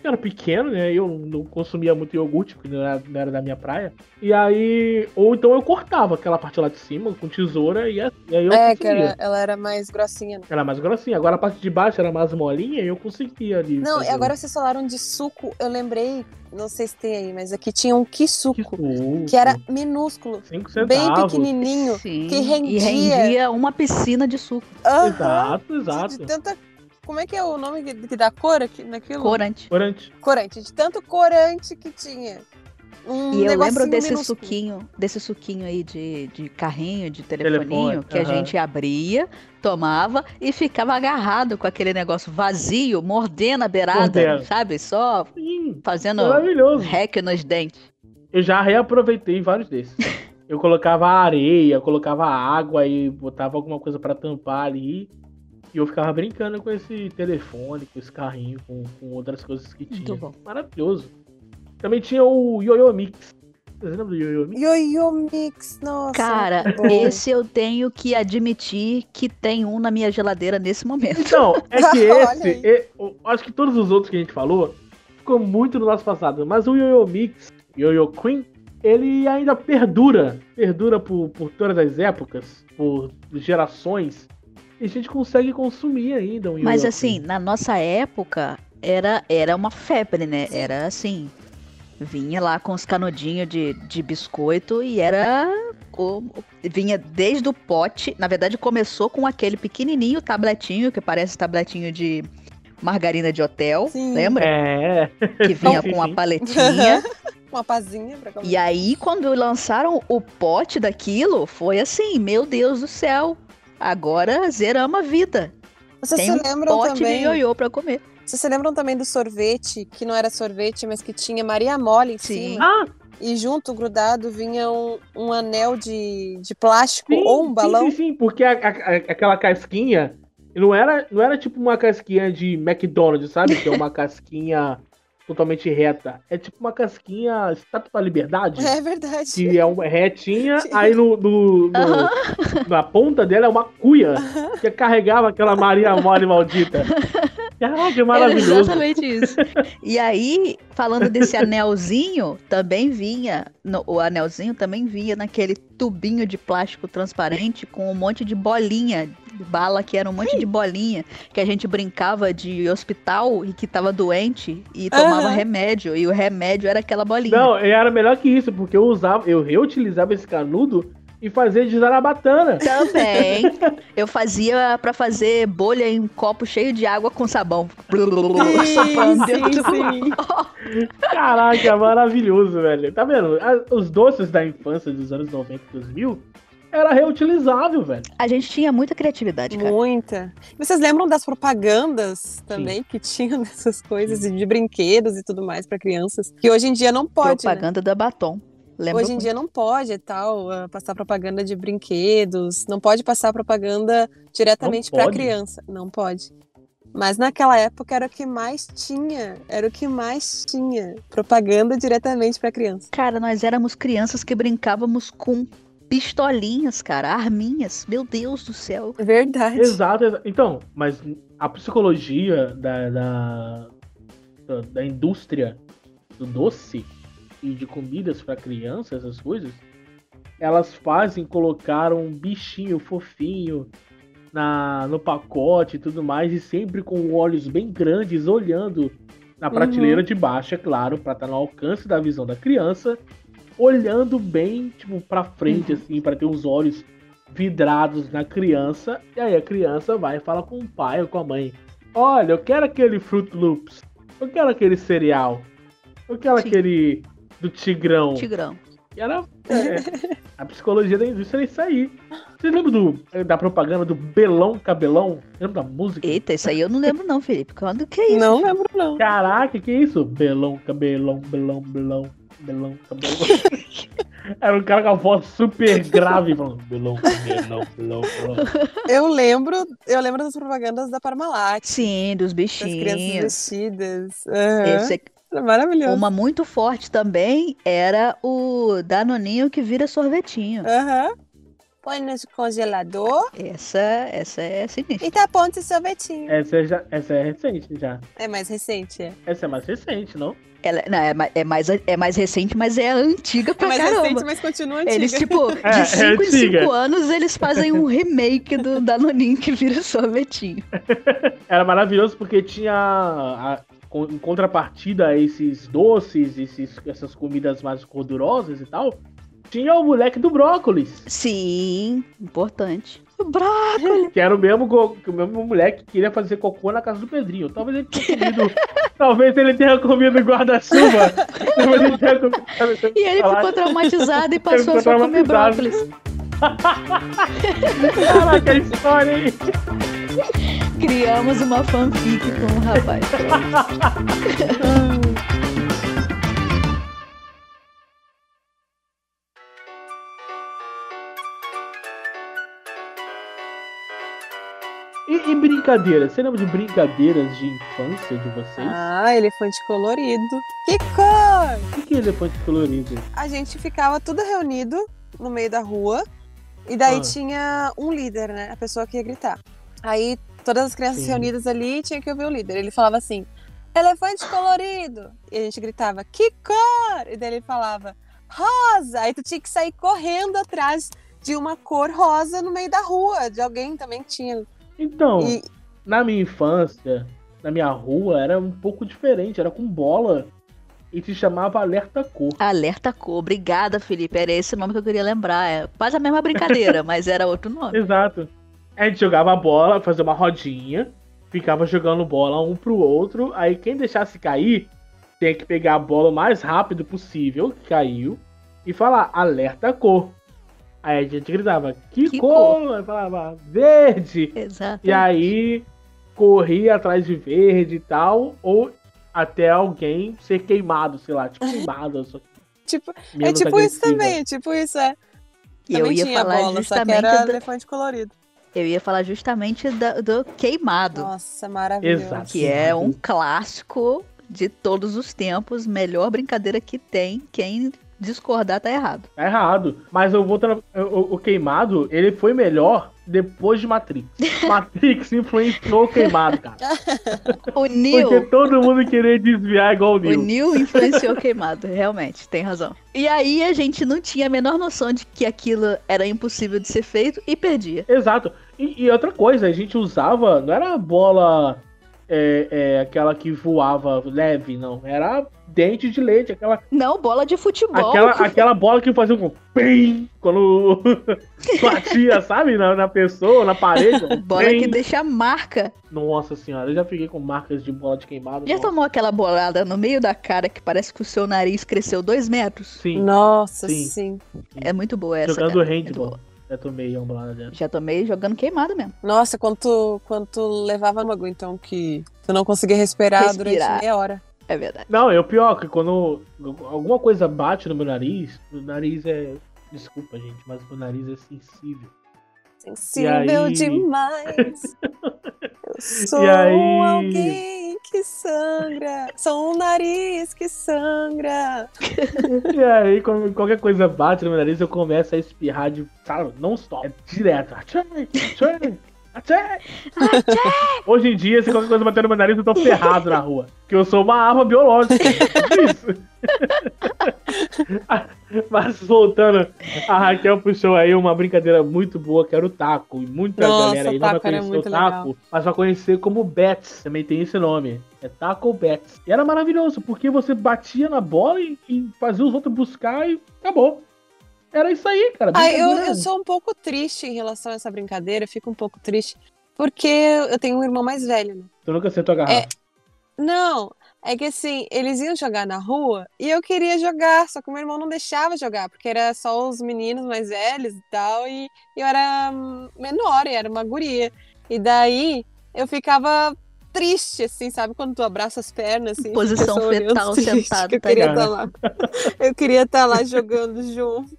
B: Eu era pequeno, né? Eu não consumia muito iogurte, porque não era, não era da minha praia. E aí. Ou então eu cortava aquela parte lá de cima com tesoura e, a- e aí eu
C: é, que
B: conseguia.
C: era- ela era mais grossinha. né?
B: Era mais grossinha. Agora a parte de baixo era mais molinha e eu conseguia ali.
C: Não, e
B: fazer.
C: agora vocês falaram de suco, eu lembrei, não sei se tem aí, mas aqui tinha um
B: Que
C: quisuco,
B: suco.
C: que era minúsculo,
B: Cinco
C: bem
B: centavos.
C: pequenininho.
D: Sim.
C: que rendia.
D: E rendia uma piscina de suco.
C: Aham,
B: Exato, exato.
C: de, de tanta... Como é que é o nome que, que dá cor aqui, naquilo?
D: Corante.
B: Corante.
C: Corante, de tanto corante que tinha. Um
D: E eu lembro
C: negocinho
D: desse
C: minúsculo.
D: suquinho, desse suquinho aí de, de carrinho, de
B: Telefone,
D: telefoninho, que a
B: aham.
D: gente abria, tomava e ficava agarrado com aquele negócio vazio, mordendo a beirada,
B: Mordendo.
D: sabe? Só
B: Sim.
D: fazendo
B: Maravilhoso.
D: hack nos dentes.
B: Eu já reaproveitei vários desses. Eu colocava areia, colocava água e botava alguma coisa pra tampar ali. E eu ficava brincando com esse telefone, com esse carrinho, com, com outras coisas que
D: Muito
B: tinha.
D: bom.
B: Maravilhoso. Também tinha o Yo-Yo Mix. Vocês lembram do Yo-Yo Mix?
C: Yo-Yo Mix, nossa.
D: Cara,
C: muito bom.
D: esse eu tenho que admitir que tem um na minha geladeira nesse momento.
B: Então, é que
C: Olha
B: esse,
C: aí.
B: é- eu acho que todos os outros que a gente falou, ficou muito no nosso passado. Mas o Yo-Yo Mix, Yo-Yo Queen, ele ainda perdura. Perdura por, por todas as épocas, por gerações. E a gente consegue consumir ainda um Yo-Yo
D: Mas
B: Queen.
D: assim, na nossa época, era, era uma febre, né?
C: Sim.
D: Era assim. Vinha lá com os canudinhos de, de biscoito e era. o- o- vinha desde o pote. Na verdade, começou com aquele pequenininho tabletinho, que parece tabletinho de margarina de hotel.
C: Sim.
D: Lembra?
B: É,
D: Que vinha
B: Sim,
D: com a
B: sim.
D: paletinha.
C: Uma pazinha pra comer.
D: E aí, quando lançaram o pote daquilo, foi assim: meu Deus do céu, agora zeramos a vida.
C: Vocês
D: tem
C: se
D: um
C: lembram
D: Pote de
C: também?
D: ioiô pra comer.
C: Vocês se lembram também do sorvete, que não era sorvete, mas que tinha Maria Mole em
D: Sim.
C: cima.
B: Ah,
C: E junto, grudado, vinha um, um anel de, de plástico
B: sim,
C: ou um balão.
B: Sim, sim, sim, porque a- a- a- aquela casquinha não era, não era tipo uma casquinha de McDonald's, sabe? Que é uma casquinha totalmente reta. É tipo uma casquinha Estátua da Liberdade.
C: É verdade.
B: que é uma retinha,
C: Sim.
B: aí no, no- no-
D: Aham.
B: na ponta dela é uma cuia que carregava aquela Maria Mole maldita. Caraca,
D: Era
B: maravilhoso.
D: exatamente isso. E aí, falando desse anelzinho, também vinha. no- o anelzinho também vinha naquele tubinho de plástico transparente com um monte de bolinha. Bala que era um monte de bolinha. Que a gente brincava de hospital e que tava doente e tomava
C: Aham.
D: remédio. E o remédio era aquela bolinha.
B: Não, era melhor que isso, porque eu usava, eu reutilizava esse canudo e fazia de zarabatana.
D: Também. Eu fazia pra fazer bolha em um copo cheio de água com sabão. Chupando dentro.
B: Caraca, é maravilhoso, velho. Tá vendo? A- Os doces da infância dos anos 90 e 2000 era reutilizável, velho.
D: A gente tinha muita criatividade, cara.
C: Muita. Vocês lembram das propagandas também que tinham dessas coisas e de brinquedos e tudo mais pra crianças? Que hoje em dia não pode. né?
D: propaganda é da Batom. Lembra?
C: Hoje em dia não pode e tal ah, passar propaganda de brinquedos, não pode passar propaganda diretamente para
B: pode?
C: criança, não pode. Mas naquela época era o que mais tinha, era o que mais tinha, propaganda diretamente para criança.
D: Cara, nós éramos crianças que brincávamos com pistolinhas, cara, arminhas. Meu Deus do céu. É tipo-
C: Verdade.
B: Exato, exa- Então, mas a psicologia da, da, da, da indústria do doce e de comidas para criança, essas coisas, elas fazem colocar um bichinho fofinho na, no pacote e tudo mais, e sempre com olhos bem grandes olhando na prateleira de baixo, é claro, para estar no alcance da visão da criança, olhando bem, tipo, para frente, assim, para ter os olhos vidrados na criança, e aí a criança vai e fala com o pai ou com a mãe: Olha, eu quero aquele Fruit Loops, eu quero aquele cereal, eu quero
D: Sim.
B: aquele do Tigrão.
D: Tigrão.
B: E era é, a psicologia da indústria é isso aí. Vocês lembram do, eh, da propaganda do Belão Cabelão? Lembra da música?
D: Eita, isso aí é eu não lembro não, Felipe. Quando que é isso?
C: Não lembro, não.
B: Caraca, que isso? Belão Cabelão, Belão, Belão, Belão Cabelão. Era um cara com a voz super grave falando Belão Cabelão, Belão, Belão.
C: Eu lembro, eu lembro das propagandas da Parmalat,
D: Sim, dos
C: das
D: bichinhos.
C: crianças né? vestidas. Aham.
D: Esse aqui-
C: Era maravilhoso.
D: Uma muito forte também era o Danoninho que vira sorvetinho.
C: Aham. Põe no congelador
D: Essa, essa é sinistra.
C: e tá tapão de sorvetinho.
B: Essa, é já, essa é recente já.
C: É mais recente, é.
B: Essa é mais recente, não?
D: Ela, não, é, ma- é mais, é mais recente, mas é antiga pra
C: É mais
D: caramba.
C: recente, mas continua antiga.
D: Eles, tipo,
B: É, é
D: de 5 em
B: antiga.
D: 5 anos, eles fazem um remake do Danoninho que vira sorvetinho.
B: Era maravilhoso porque tinha a- com- em contrapartida a esses doces, esses, essas comidas mais gordurosas e tal, tinha o moleque do brócolis,
D: Sim, importante. Braco!
B: que era o mesmo, go- que o mesmo moleque que queria fazer cocô na casa do Pedrinho. Talvez ele tenha comido, talvez ele tenha comido guarda-chuva. Talvez ele tenha comido guarda-chuva.
D: E ele ficou traumatizado e passou
B: ficou
D: a só comer
B: traumatizado.
D: brócolis.
B: Caraca, a história, hein?
D: Criamos uma fanfic com o rapaz.
B: E, e brincadeiras? Você lembra de brincadeiras de infância de vocês?
C: Ah, elefante colorido. Que cor!
B: O que que é elefante colorido?
C: A gente ficava tudo reunido no meio da rua. E daí
B: Ah.
C: tinha um líder, né? A pessoa que ia gritar. Aí todas as crianças
B: Sim.
C: reunidas ali tinha que ouvir o líder. Ele falava assim: elefante colorido. E a gente gritava: que cor! E daí ele falava: rosa! Aí tu tinha que sair correndo atrás de uma cor rosa no meio da rua, de alguém também que tinha.
B: Então...
C: E,
B: na minha infância, na minha rua, era um pouco diferente, era com bola. E se chamava Alerta Cor.
D: Alerta Cor. Obrigada, Felipe. Era esse o nome que eu queria lembrar. É quase a mesma brincadeira, mas era outro nome.
B: Exato. A gente jogava a bola, fazia uma rodinha, ficava jogando bola um pro outro, aí quem deixasse cair tinha que pegar a bola o mais rápido possível, que caiu, e falar alerta cor. Aí a gente gritava, que,
D: Que
B: cor? Aí falava, verde!
D: Exato.
B: E aí corria atrás de verde e tal, ou até alguém ser queimado, sei lá, tipo queimado, só
C: tipo, é
B: menos
C: tipo isso
B: agressiva.
C: também, é tipo isso, é.
D: E eu
C: Também
D: ia
C: tinha
D: falar
C: bola, só que
D: justamente
C: era
D: da-
C: elefante colorido.
D: Eu ia falar justamente da- do queimado,
C: Nossa, maravilhoso.
B: Exato.
D: que é um clássico de todos os tempos, melhor brincadeira que tem. Quem discordar tá errado.
B: Tá errado. Mas eu vou tra- o, o queimado, ele foi melhor depois de Matrix. Matrix influenciou o queimado, cara.
D: O
B: Porque
D: Neil,
B: todo mundo queria desviar igual o
D: o
B: Neil.
D: Neil influenciou o queimado, realmente, tem razão. E aí a gente não tinha a menor noção de que aquilo era impossível de ser feito e perdia.
B: Exato. E, e outra coisa, a gente usava, não era a bola é, é, aquela que voava leve, não. Era dente de leite, aquela
D: Não, bola de futebol.
B: Aquela, aquela bola que fazia um pim quando batia, sabe? Na, na pessoa, na parede. um
D: Bola que
B: pim.
D: deixa marca.
B: Nossa senhora, eu já fiquei com marcas de bola de queimado.
D: Já
B: nossa.
D: tomou aquela bolada no meio da cara que parece que o seu nariz cresceu dois metros?
B: Sim,
C: Nossa,
B: Sim.
C: sim.
D: É muito boa essa.
B: Jogando
D: cara.
B: handball.
D: Muito boa.
B: já tomei uma bolada dentro.
D: Já tomei jogando queimado mesmo.
C: Nossa, quanto, quanto levava no bagulho, então, que tu não conseguia respirar,
D: Respirar.
C: durante meia hora.
D: É verdade.
B: Não, é o pior, que quando alguma coisa bate no meu nariz, o nariz é. Desculpa, gente, mas o nariz é sensível.
C: Sensível
B: aí?
C: demais. Eu sou
B: aí?
C: alguém que sangra. Sou um nariz que sangra.
B: E aí, quando qualquer coisa bate no meu nariz, eu começo a espirrar de. Sabe, não stop. É direto. Atchê, atchê, atchê. Hoje em dia, se qualquer coisa bater no meu nariz, eu tô ferrado na rua. Porque eu sou uma arma biológica. É Isso. Mas voltando, a Raquel puxou aí uma brincadeira muito boa que era o taco. E muita
C: Nossa,
B: galera aí não vai
C: taco era
B: conhecer o
C: muito
B: taco,
C: legal.
B: mas vai conhecer como Bets. Também tem esse nome. É taco ou Bets. E era maravilhoso, porque você batia na bola e, e fazia os outros buscar e acabou. Era isso aí, cara.
C: Ah, eu,
B: brincadeira.
C: eu sou um pouco triste em relação a essa brincadeira, eu fico um pouco triste. Porque eu tenho um irmão mais velho, né?
B: Tu nunca sentou a garrafa.
C: Não, É que assim, eles iam jogar na rua e eu queria jogar, só que o meu irmão não deixava jogar, porque era só os meninos mais velhos e tal, e eu era menor, e era uma guria. E daí eu ficava triste, assim, sabe? Quando tu abraça as pernas, assim,
D: Posição
C: fica só olhando
D: fetal,
C: triste,
D: sentado,
C: que eu
D: tá
C: queria
B: ligado?
C: estar lá. Eu queria estar lá jogando junto.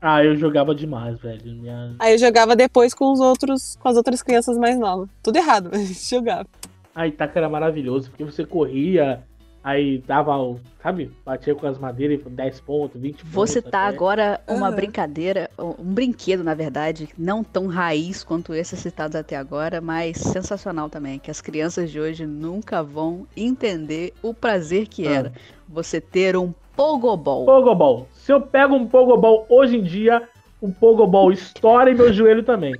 B: Ah, eu jogava demais, velho. Minha-
C: Aí eu jogava depois com os outros, com as outras crianças mais novas. Tudo errado, mas a gente jogava.
B: A Ah, Itaca era maravilhoso, porque você corria, aí dava, o- sabe? Batia com as madeiras, 10 pontos, 20 pontos.
D: Vou citar
B: até.
D: tá agora uma
C: Aham.
D: brincadeira, um brinquedo, na verdade, não tão raiz quanto esses citados até agora, mas sensacional também, que as crianças de hoje nunca vão entender o prazer que
B: Ah.
D: era você ter um pogobol.
B: Pogobol. Se eu pego um Pogobol hoje em dia, o Pogobol estoura e meu joelho também.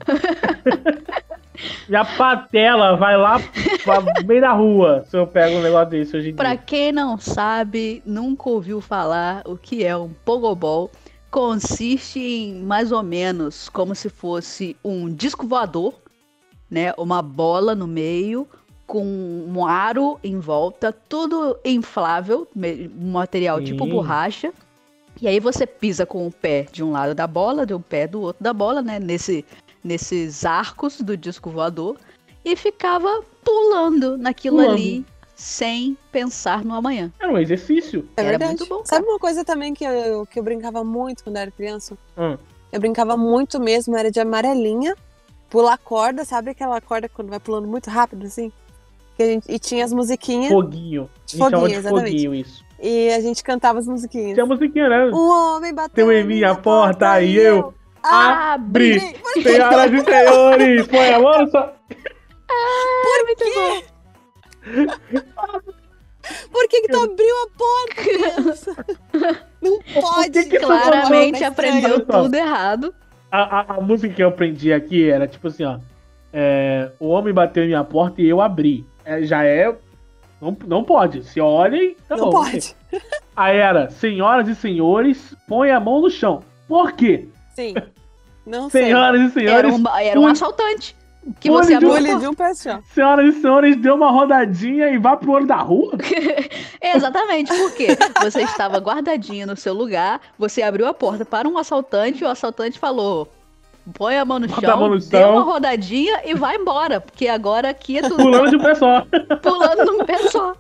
B: Minha patela vai lá pra meio da rua se eu pego um negócio desse hoje em
D: Pra
B: dia.
D: quem não sabe, nunca ouviu falar o que é um pogobol, consiste em mais ou menos como se fosse um disco voador, né? Uma bola no meio com um aro em volta, tudo inflável, me- um material tipo
B: Sim.
D: borracha. E aí você pisa com o pé de um lado da bola, de um pé do outro da bola, né? Nesse, nesses arcos do disco voador e ficava pulando naquilo
B: Pulando.
D: ali sem pensar no amanhã.
B: Era um exercício.
C: É
D: Era
C: verdade.
D: muito bom, cara.
C: Sabe uma coisa também que eu, que eu brincava muito quando era criança?
B: Hum.
C: Eu brincava muito mesmo, era de amarelinha, pular corda, sabe aquela corda quando vai pulando muito rápido, assim? Que a gente- e tinha as musiquinhas,
B: Foguinho. A gente
C: Foguinho,
B: chama de
C: exatamente.
B: foguinho isso.
C: e a gente cantava as musiquinhas.
B: Tinha a musiquinha, né?
C: Um homem bateu
B: Bateu em minha porta e eu
C: Ah,
B: Abre! Senhoras e senhores, põe é a mão no sua-
D: muito bom.
C: por que que tu abriu a porta, criança? Não pode,
B: que que tu
C: claro,
D: Claramente
C: tá
D: aprendeu
B: Olha só.
D: tudo errado.
B: A, a- a música que eu aprendi aqui era tipo assim, ó. é, o homem bateu em minha porta e eu abri. É, já é. Não, não pode. Se olhem, tá
C: Não
B: bom.
C: pode.
B: Aí era, senhoras e senhores, põe a mão no chão. Por quê?
C: Sim. Não sei.
B: Senhoras e
D: Era
B: senhores,
D: um, era um
B: pule-
D: assaltante. Que
B: pule
D: você
B: de um-
D: abriu. a
C: Pule
D: porta.
C: de um pé só.
B: senhoras e senhores, dê uma rodadinha e vá pro olho da rua.
D: Exatamente, porque você estava guardadinho no seu lugar, você abriu a porta para um assaltante, e o assaltante falou: põe a mão no
B: Bota a
D: chão,
B: mão no
D: dê uma
B: chão.
D: rodadinha e vai embora, porque agora aqui é tudo
B: Pulando de pessoa.
D: pulando num pé só.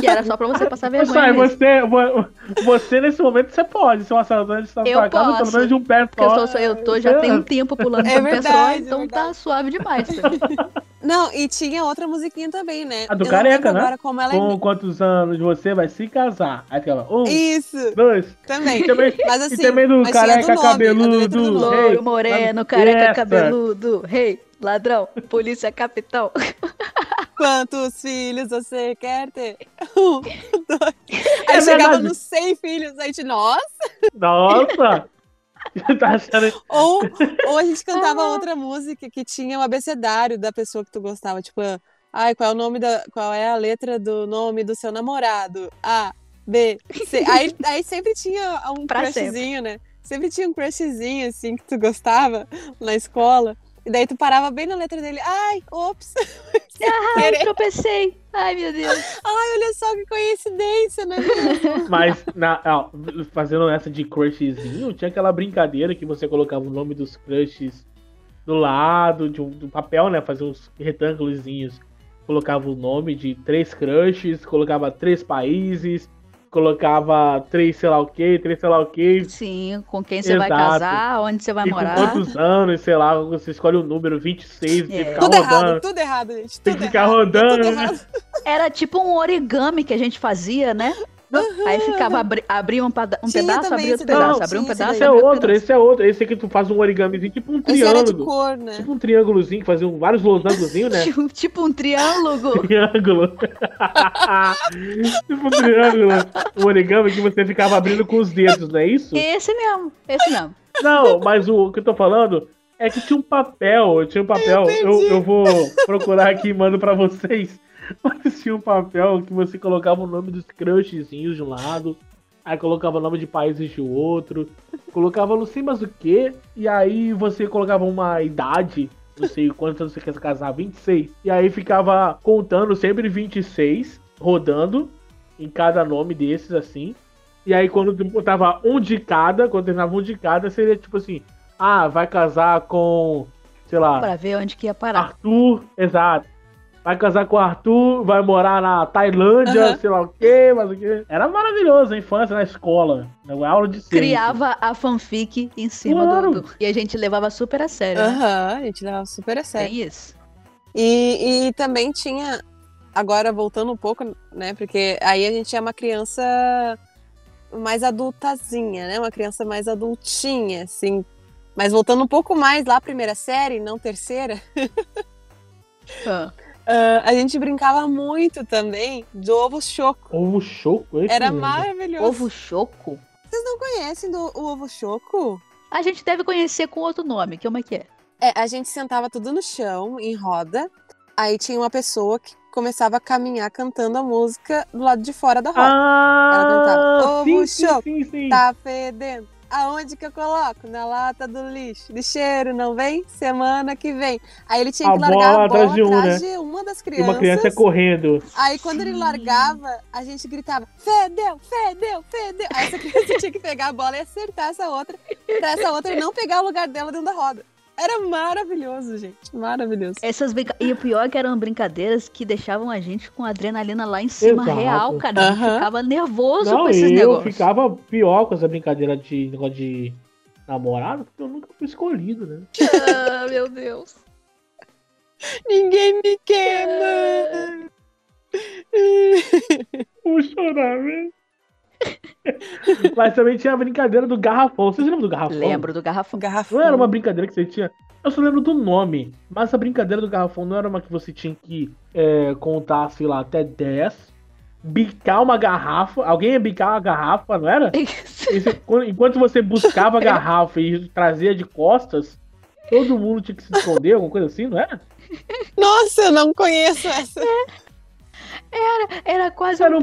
D: Que era só pra você passar vergonha.
B: Sai,
D: mesmo.
B: você, vo- você nesse momento você pode. Se um assaltante está
D: Eu
B: sua casa,
D: posso.
B: pelo menos de um pé
D: Porque eu
B: só.
D: sou, sou eu tô, já
B: É.
D: tem um tempo pulando
C: É
D: é pessoal,
C: verdade, é
D: então tá
C: verdade.
D: suave demais. tá? sabe?
C: Não, e tinha outra musiquinha também, né?
B: A do
C: Eu não
B: careca,
C: lembro
B: né?
C: Agora como ela é...
B: Com quantos anos você vai se casar? Aí fica lá, um,
C: Isso,
B: dois.
C: também.
B: E também,
C: Mas
B: e
C: assim,
B: também do
C: mas tinha
B: careca
C: do nome, a do
B: cabeludo.
C: letra do nome.
B: rei.
D: Louro, moreno, careca,
B: Essa.
D: cabeludo, rei, ladrão, polícia, capitão.
C: quantos filhos você quer ter? Um, dois. Aí
B: É
C: chegava
B: verdade.
C: nos 100 filhos, a gente, nossa!
B: Nossa! tá achando...
C: Ou, ou a gente cantava outra música que tinha o abecedário da pessoa que tu gostava, tipo, ai, qual é o nome da. Qual é a letra do nome do seu namorado? A, B, C. Aí, aí sempre tinha um
D: Pra
C: crushzinho, né? Sempre tinha um crushzinho, assim, que tu gostava na escola. E daí tu parava bem na letra dele. Ai, ops!
D: Ai, tropecei. Ai, meu Deus.
C: Ai, olha só que coincidência, né?
B: Mas, na, ó, fazendo essa de crushzinho, tinha aquela brincadeira que você colocava o nome dos crushes do lado, de um, do papel, né? Fazia uns retângulozinhos. Colocava o nome de três crushes, colocava três países, colocava três sei lá o que, três sei lá o que,
D: Sim, com quem você vai
B: Exato.
D: casar, onde você vai
B: E
D: morar.
B: com quantos anos, sei lá, você escolhe o número 26
D: É.
B: tem que ficar
C: Tudo errado,
B: rodando.
C: tudo errado, gente.
B: Tem
C: Tudo
B: que ficar
C: errado.
B: rodando. né?
C: Tudo errado.
D: Era tipo um origami que a gente fazia, né? Aí ficava, abri, abria um, peda- um
C: Tinha
D: pedaço,
C: também
D: abria
C: esse
D: outro pedaço,
C: daí,
D: abria um
C: tinha esse
D: pedaço,
B: Esse é
D: abria outro
B: outro,
D: pedaço.
B: esse é outro. Esse aqui tu faz um origamizinho, tipo um
C: Esse era de
B: triângulo.
C: cor, né?
B: Tipo um triângulozinho, que fazia um- vários losângulozinhos, né?
D: Tipo- Tipo um triângulo.
B: Triângulo. tipo um triângulo. Um origami que você ficava abrindo com os dedos, não é isso?
D: Esse mesmo, esse mesmo.
B: Não, mas o que eu tô falando é que tinha um papel, tinha um papel, eu,
C: perdi.
B: eu vou procurar aqui e mando pra vocês. Mas tinha um papel que você colocava o nome dos crushzinhos de um lado, aí colocava o nome de países de outro, colocava não sei mais o que, e aí você colocava uma idade, não sei quantos anos você quer se casar, 26, e aí ficava contando sempre 26, rodando em cada nome desses, assim. E aí, quando tava um de cada, quando terminava um de cada, seria tipo assim: ah, vai casar com, sei lá,
D: Pra ver onde que ia parar.
B: Arthur, exato. Vai casar com o Arthur, vai morar na Tailândia,
C: Aham.
B: sei lá o quê, mas o quê. Era maravilhoso a infância na escola, na aula de ciência.
D: Criava a fanfic em cima
B: Claro.
D: do, do- E a gente levava super a sério. né?
C: Aham, a gente levava super a sério.
D: Tem
B: É.
D: isso.
C: E, e também tinha, agora voltando um pouco, né? Porque aí a gente é uma criança mais adultazinha, né? Uma criança mais adultinha, assim. Mas voltando um pouco mais lá, primeira série, não terceira,
D: Ah,
C: ah, a gente brincava muito também do ovo choco.
B: Ovo choco, esse
C: Era
B: mesmo.
C: maravilhoso.
D: Ovo choco?
C: Vocês não conhecem do o ovo choco?
D: A gente deve conhecer com outro nome. Que como é que é?
C: É, a gente sentava tudo no chão, em roda. Aí tinha uma pessoa que começava a caminhar cantando a música do lado de fora da roda.
B: Ah,
C: Ela cantava,
B: sim,
C: "Ovo
B: sim,
C: choco,
B: sim, sim.
C: Tá fedendo. Aonde que eu coloco? Na lata do lixo. Lixeiro, não vem? Semana que vem. Aí ele tinha
B: A
C: que largar
B: bola
C: a bola
B: atrás de um,
C: atrás de uma das
B: E
C: crianças.
B: uma criança correndo.
C: Aí quando ele
D: Sim.
C: largava, a gente gritava: fedeu, fedeu, fedeu. Aí essa criança tinha que pegar a bola e acertar essa outra, pra essa outra não pegar o lugar dela dentro da roda. Era maravilhoso, gente. Maravilhoso.
D: Essas brinca- E o pior é que eram brincadeiras que deixavam a gente com a adrenalina lá em cima,
B: Exato.
D: real, cara. A gente
C: Aham.
D: ficava nervoso
B: Não,
D: com esses
B: eu
D: negócios.
B: ficava pior com essa brincadeira de negócio de namorado, porque eu nunca fui escolhido, né?
D: Ah, meu Deus.
C: Ninguém me queima.
B: Vou chorar, velho. Mas também tinha a brincadeira do garrafão. Vocês lembram do garrafão?
D: Lembro do garrafão.
C: Um Garrafão.
B: Não era uma brincadeira que você tinha. Eu só lembro do nome. Mas a brincadeira do garrafão não era uma que você tinha que é, contar, sei lá, até 10. Bicar uma garrafa. Alguém ia bicar uma garrafa, não era? E você- quando- Enquanto você buscava a garrafa e trazia de costas, todo mundo tinha que se esconder, alguma coisa assim, não era?
C: Nossa, eu não conheço essa.
D: Era quase
B: Era
D: um
B: um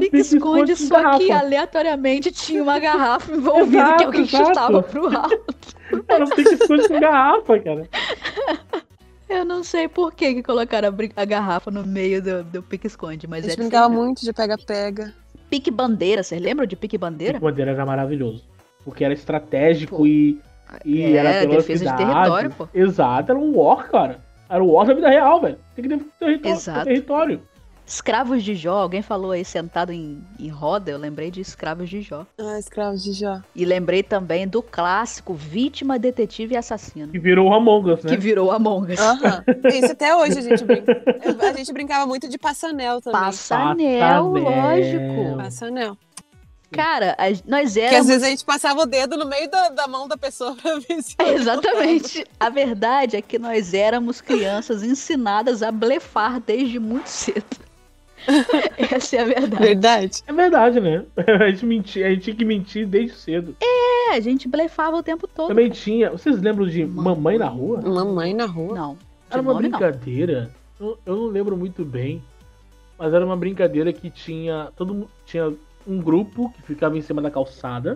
B: pique-esconde
D: pique-esconde,
B: com
D: só que
B: garrafa.
D: aleatoriamente tinha uma garrafa envolvida que
B: Exato,
D: alguém
B: exato.
D: chutava pro alto.
B: Era um pique-esconde com garrafa, cara.
D: Eu não sei por que, que colocaram a, brin- a garrafa no meio do, do pique-esconde,
C: A
D: mas
C: gente
D: era
C: brincava
D: assim, né?
C: muito de pega-pega.
D: Pique-bandeira, vocês lembram de pique-bandeira?
B: Bandeira era maravilhoso. Porque era estratégico
D: Pô.
B: e, e
D: É,
B: era pela
D: defesa de
B: cidade.
D: território, pô.
B: Exato, era um war, cara. Era um war da vida real, velho. Tem que defender o território.
D: Exato.
B: o território.
D: Escravos de Jó, alguém falou aí sentado em, em roda, eu lembrei de Escravos de Jó.
C: Ah, escravo de Jó.
D: E lembrei também do clássico Vítima, Detetive e Assassino,
B: Que virou o Among Us, né?
D: que virou Among Us.
C: Aham. Isso até hoje a gente brinca. Eu- A gente brincava muito de passanel também.
D: Passanel,
B: Passanel.
D: lógico.
C: Passanel.
D: Cara, a- nós
C: Que às
D: éramos
C: vezes a gente passava o dedo no meio da, da mão da pessoa pra ver se. ela
D: Exatamente. A verdade é que nós éramos crianças ensinadas a blefar desde muito cedo. Essa é a
C: tava.
D: verdade.
C: Verdade.
B: É verdade, né? A gente, mentia, a gente tinha que mentir desde cedo.
D: É, a gente blefava o tempo todo.
B: Também tinha. Vocês lembram de Mamãe na Rua?
C: Mamãe na rua.
D: Não. De
B: Era uma
D: nome, não.
B: brincadeira. Eu, eu não lembro muito bem. Mas era uma brincadeira que tinha. Todo mu- Tinha um grupo que ficava em cima da calçada.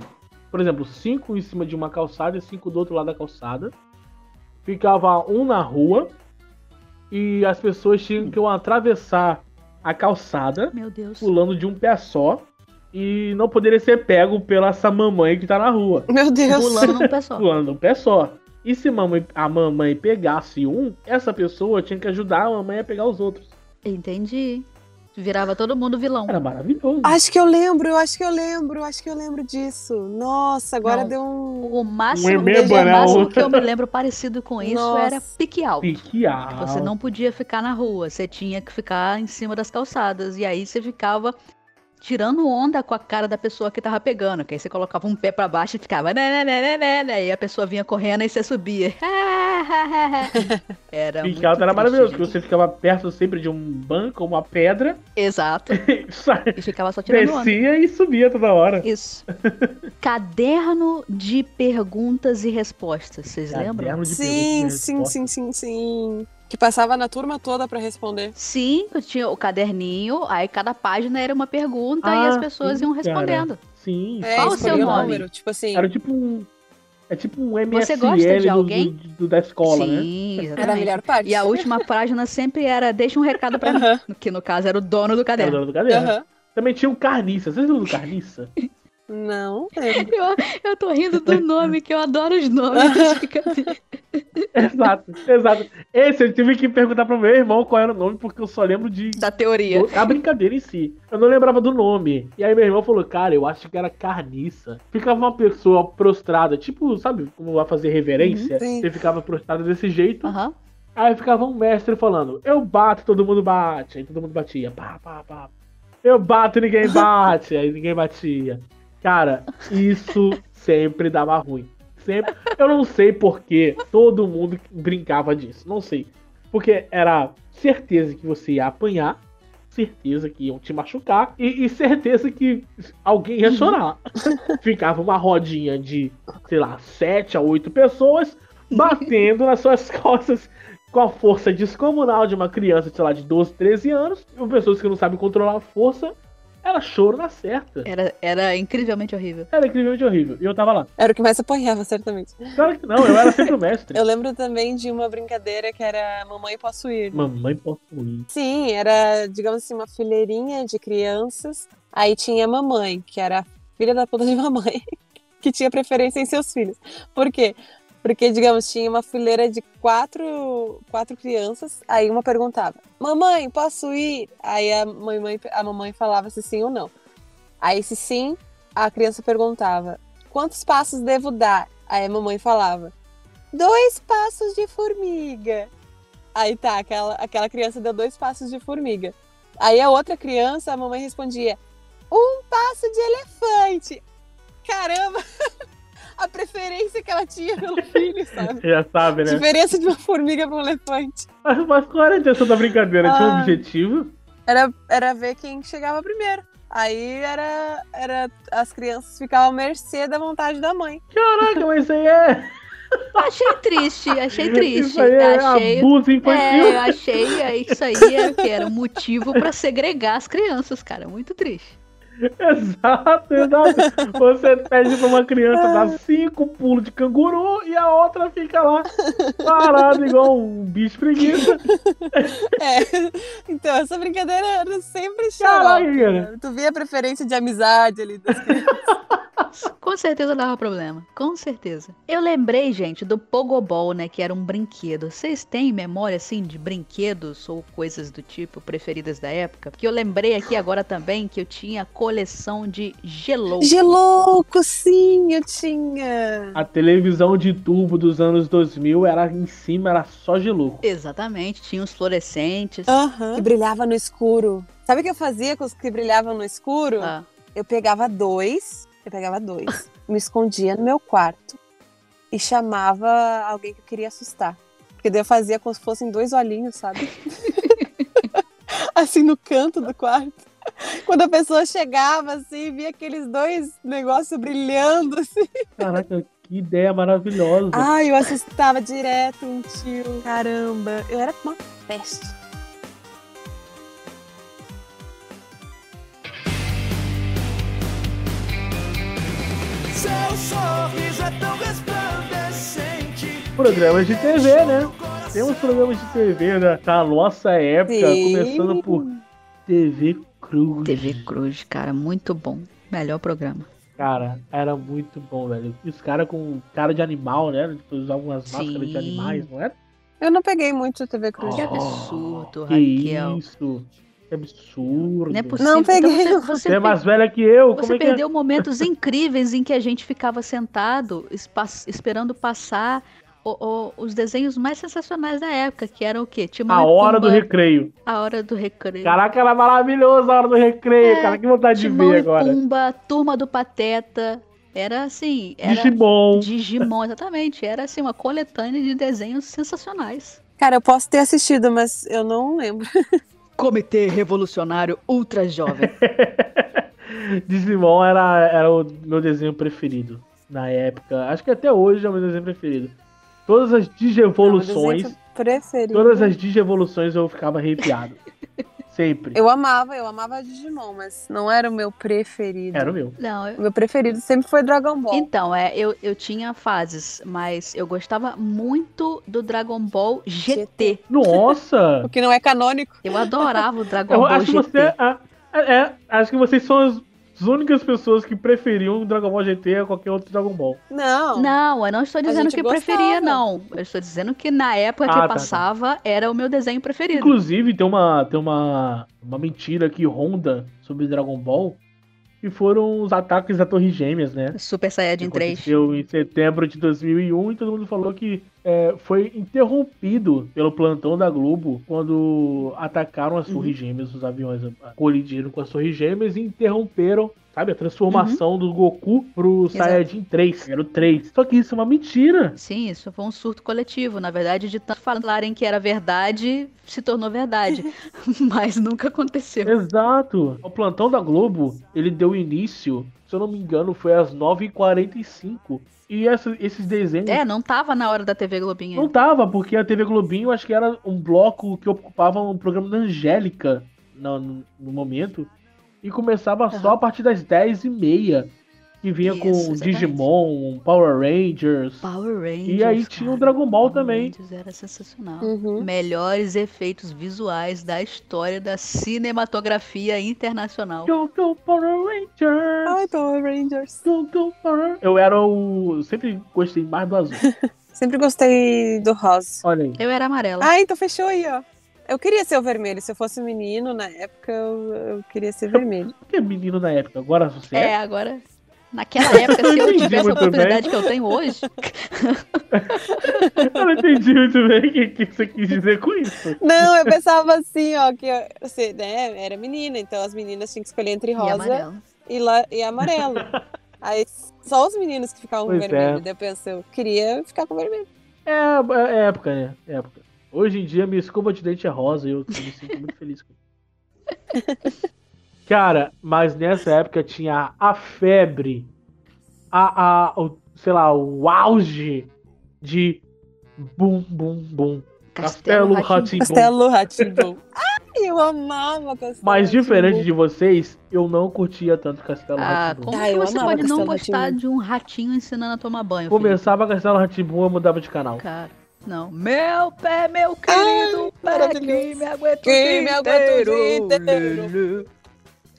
B: Por exemplo, cinco em cima de uma calçada e cinco do outro lado da calçada. Ficava um na rua. E as pessoas tinham que atravessar a calçada
D: Meu Deus.
B: pulando de um pé só. E não poderia ser pego pela essa mamãe que tá na rua
C: Meu Deus.
D: Pulando no pessoal.
B: pulando um pé só. E se mamãe- a mamãe pegasse um, essa pessoa tinha que ajudar a mamãe a pegar os outros.
D: Entendi. Virava todo mundo vilão.
B: Era maravilhoso.
C: Acho que eu lembro, eu acho que eu lembro, acho que eu lembro disso. Nossa, agora
D: Não.
C: deu um.
D: O máximo,
B: Um emeba,
D: o
B: né?
D: máximo que eu me lembro parecido com isso
C: Nossa.
D: era pique alto. Tipo,
B: Pique alto.
D: Você não podia ficar na rua, você tinha que ficar em cima das calçadas. E aí você ficava tirando onda com a cara da pessoa que tava pegando. Que aí você colocava um pé pra baixo e ficava. Né, né, né, né, né, né", E a pessoa vinha correndo e você subia. Era.
B: Pique
D: é muito
B: alto era
D: triste,
B: maravilhoso, porque
D: gente.
B: você ficava perto sempre de um banco, uma pedra,
D: Exato.
B: e sa-
D: E ficava só tirando onda.
B: descia e subia toda hora.
D: Isso. Caderno de perguntas e respostas. Vocês lembram?
B: Caderno de
C: Sim,
B: perguntas e
C: sim,
B: respostas.
C: sim, sim, sim. Que passava na turma toda pra responder.
D: Sim, eu tinha o caderninho, aí cada página era uma pergunta e
B: Ah,
D: as pessoas
B: sim,
D: iam
B: cara.
D: respondendo.
B: Sim.
C: É,
D: Qual o
B: sim,
D: seu
C: escolhia
B: sim.
C: um
D: nome?
C: número, tipo assim.
B: Era tipo um. É tipo um
D: Você gosta de
B: MSN do,
D: alguém?
B: do, do- da escola, né?
D: Sim,
C: Era a
D: exatamente.
C: melhor parte.
D: E a última página sempre era deixa um recado pra mim,
C: Aham,
D: que no caso era o dono do
B: Era o
D: caderno.
B: dono do caderno.
C: aham.
B: Também tinha o Carniça. Vocês lembram do Carniça?
C: Não lembro.
D: Eu, eu tô rindo do nome, que eu adoro os nomes. dos brincadeiros.
B: exato, exato. Esse eu tive que perguntar pro meu irmão qual era o nome, porque eu só lembro de
D: da teoria.
B: do- a brincadeira em si. Eu não lembrava do nome. E aí meu irmão falou, cara, eu acho que era carniça. Ficava uma pessoa prostrada, tipo, sabe, como vai fazer reverência?
C: Uhum, sim.
B: Você ficava prostrado desse jeito.
D: Aham.
B: Aí ficava um mestre falando, eu bato, todo mundo bate. Aí todo mundo batia, pá, pá, pá. Eu bato, ninguém bate. Aí ninguém batia. Cara, isso sempre dava ruim. Sempre. Eu não sei por que todo mundo brincava disso. Não sei. Porque era certeza que você ia apanhar, certeza que iam te machucar e, e certeza que alguém ia chorar. Ficava uma rodinha de, sei lá, sete a oito pessoas batendo nas suas costas com a força descomunal de uma criança, sei lá, de 12, 13 anos, e pessoas que não sabem controlar a força, era choro na certa.
D: Era, era incrivelmente horrível.
B: Era incrivelmente horrível. E eu tava lá.
C: Era o que mais apanhava, certamente.
B: Claro que não, eu era sempre o mestre.
C: Eu lembro também de uma brincadeira que era Mamãe Posso Ir.
B: Mamãe possuí.
C: Sim, era, digamos assim, uma fileirinha de crianças. Aí tinha a mamãe, que era a filha da puta de mamãe, que tinha preferência em seus filhos. Por quê? Porque, digamos, tinha uma fileira de quatro, quatro crianças, aí uma perguntava, mamãe, posso ir? Aí a mamãe, a mamãe falava se sim ou não. Aí, se sim, a criança perguntava, quantos passos devo dar? Aí a mamãe falava, dois passos de formiga. Aí tá, aquela, aquela criança deu dois passos de formiga. Aí a outra criança, a mamãe respondia: um passo de elefante. Caramba! A preferência que ela tinha pelo filho, sabe?
B: Você já sabe, né?
C: Diferença de uma formiga para um elefante.
B: Mas, mas qual era a intenção da brincadeira? Tinha um
C: Ah.
B: objetivo?
C: Era, era ver quem chegava primeiro. Aí era, era as crianças ficavam à mercê da vontade da mãe.
B: Caraca, mas isso aí é.
D: Achei triste, achei triste.
B: Isso aí é
D: achei.
B: abuso infantil.
D: É, eu achei é, isso aí é, que era um motivo pra segregar as crianças, cara. Muito triste.
B: Exato, exato. Você pede pra uma criança dar cinco pulos de canguru e a outra fica lá parada igual um bicho preguiça.
D: Tá
C: É. Então, essa brincadeira era sempre
B: Caraca, né?
C: xarope.
B: cara.
C: Tu via a preferência de amizade ali né? das crianças.
D: Com certeza dava problema. Com certeza. Eu lembrei, gente, do Pogobol, né? Que era um brinquedo. Vocês têm memória, assim, de brinquedos ou coisas do tipo preferidas da época? Porque eu lembrei aqui agora também que eu tinha coleção de gelou.
C: Gelouco, sim, eu tinha.
B: A televisão de tubo dos anos 2000 era em cima, era só geluco.
D: Exatamente. Tinha os fluorescentes.
C: Ah. Que brilhava no escuro. Sabe o que eu fazia com os que brilhavam no escuro?
D: Ah,
C: Eu pegava dois, eu pegava dois, me escondia no meu quarto e chamava alguém que eu queria assustar. Porque daí eu fazia como se fossem dois olhinhos, sabe? assim no canto do quarto. Quando a pessoa chegava assim, via aqueles dois negócios brilhando assim.
B: Caraca, que ideia maravilhosa.
C: Ai, eu assustava direto um tio. Caramba, eu era uma peste.
E: Seu sorriso é tão resplandecente.
B: Programas de TV, né? Tem uns programas de TV da, da nossa época,
C: Sim.
B: começando por TV Cruz.
D: TV Cruz, cara. Muito bom. Melhor programa.
B: Cara, era muito bom, velho. E os caras com cara de animal, né? Tipo, usavam umas máscaras de
D: Sim.
B: animais, não é? era?
C: Eu não peguei muito TV Cruz.
D: Que
B: Oh,
D: absurdo,
B: que
D: Raquel.
B: Isso. Que absurdo.
D: Não é possível.
C: Não
D: Então
C: peguei.
D: você, você
B: Você é
D: pe-
B: mais velha que eu.
D: Você
B: Como é que é?
D: perdeu momentos incríveis em que a gente ficava sentado espa- esperando passar o- o- os desenhos mais sensacionais da época, que eram o quê? Timão
B: A
D: e
B: hora do
D: Pumba,
B: recreio.
D: A Hora do Recreio.
B: Caraca, era maravilhoso a hora do recreio,
D: É,
B: cara. Que vontade
D: Timão
B: de ver
D: e
B: agora.
D: Pumba, Turma do Pateta. Era assim, era
B: Digimon.
D: Digimon, exatamente. Era assim, uma coletânea de desenhos sensacionais.
C: Cara, eu posso ter assistido, mas eu não lembro.
D: Comitê Revolucionário Ultra Jovem.
B: Digimon era, era o meu desenho preferido na época. Acho que até hoje é o meu desenho preferido. Todas as
C: Não, é meu
B: digievoluções,
C: desenho Preferido.
B: todas as digievoluções eu ficava arrepiado. Sempre.
C: Eu amava, eu amava Digimon, mas não era o meu preferido.
B: Era o meu.
D: Não, eu-
C: O meu preferido sempre foi Dragon Ball.
D: Então, é, eu, eu tinha fases, mas eu gostava muito do Dragon Ball GT.
B: Nossa!
C: O que não é canônico.
D: Eu adorava o Dragon
B: Eu
D: Ball
B: acho que
D: GT.
B: você. ah, é, é, acho que vocês são as, as únicas pessoas que preferiam o Dragon Ball GT a qualquer outro Dragon Ball.
C: Não.
D: Não, eu não estou dizendo
C: gente
D: que preferia,
C: gostava.
D: não. Eu estou dizendo que na época
B: Ah,
D: que
B: tá,
D: eu
B: tá.
D: passava era o meu desenho preferido.
B: Inclusive, tem uma, tem uma, uma mentira que ronda sobre Dragon Ball, que foram os ataques da Torre Gêmeas, né?
D: Super
B: Que
D: Saiyajin 3.
B: aconteceu em setembro de 2001 e todo mundo falou que é, foi interrompido pelo plantão da Globo quando atacaram as Torres Gêmeas, os aviões ah, colidiram com as Torres Gêmeas e interromperam. Sabe, a transformação do Goku pro
D: Exato.
B: Saiyajin 3. Uhum. Era o 3. Só que isso é uma mentira.
D: Sim, isso foi um surto coletivo. Na verdade, de tanto falarem que era verdade, se tornou verdade. Mas nunca aconteceu.
B: Exato. O plantão da Globo, ele deu início, se eu não me engano, foi às 9h45. E essa- esses desenhos
D: É, não tava na hora da TV Globinha.
B: Não tava, porque a TV Globinho acho que era um bloco que ocupava um programa da Angélica no, no- no momento. E começava só
D: Aham.
B: a partir das 10h30. Que vinha
D: Isso,
B: com
D: exatamente.
B: Digimon, Power Rangers.
D: Power Rangers.
B: E aí tinha o Dragon Ball também.
D: Rangers era sensacional.
C: Uhum.
D: Melhores efeitos visuais da história da cinematografia internacional.
B: Go, go, Power Rangers!
C: Ai, Power Rangers.
B: Go, go, Power Eu era o. eu Sempre gostei mais do azul.
C: Sempre gostei do rosa.
B: Olha aí.
D: Eu era amarela.
C: Ah, então fechou aí, ó. Eu queria ser o vermelho. Se eu fosse menino, na época, eu, eu queria ser vermelho.
B: Por que menino na época? Agora você
D: É,
B: é?
D: agora. Naquela época, se eu
B: Entendi
D: tivesse a
B: muito
D: oportunidade que eu tenho hoje,
B: Eu não entendi muito bem o que, que você quis dizer com isso.
C: Não, eu pensava assim, ó, que eu, você, né, era menina, então as meninas tinham que escolher entre
D: e
C: rosa
D: amarela.
C: e, la- e é amarelo. Aí só os meninos que ficavam com
B: Pois é.
C: vermelho. Daí eu pensei, eu queria ficar com vermelho.
B: É, é época, né? É época. Hoje em dia, minha escova de dente é rosa e eu me sinto muito feliz com isso. Cara, mas nessa época tinha a febre, a, a o, sei lá, o auge de bum, bum, bum. Castelo
D: Rá-Tim-Bum.
B: Ratim.
C: Castelo Ratimbum. Ai, eu amava Castelo
B: Mas diferente
C: Rá-Tim-Bum.
B: de vocês, eu não curtia tanto Castelo
D: Ah,
B: Rá-Tim-Bum.
D: como
C: Ah,
D: que
C: eu
D: você
C: amava
D: pode não
C: Castelo
D: gostar
C: Rá-Tim-Bum.
D: de um ratinho ensinando a tomar banho? Felipe?
B: Começava Castelo Rá-Tim-Bum, eu mudava de canal.
D: Cara, não. Meu pé, meu querido pé, que
C: maravilhoso.
D: me aguenta o
C: Que
D: dia
C: me aguenta o dia
D: inteiro.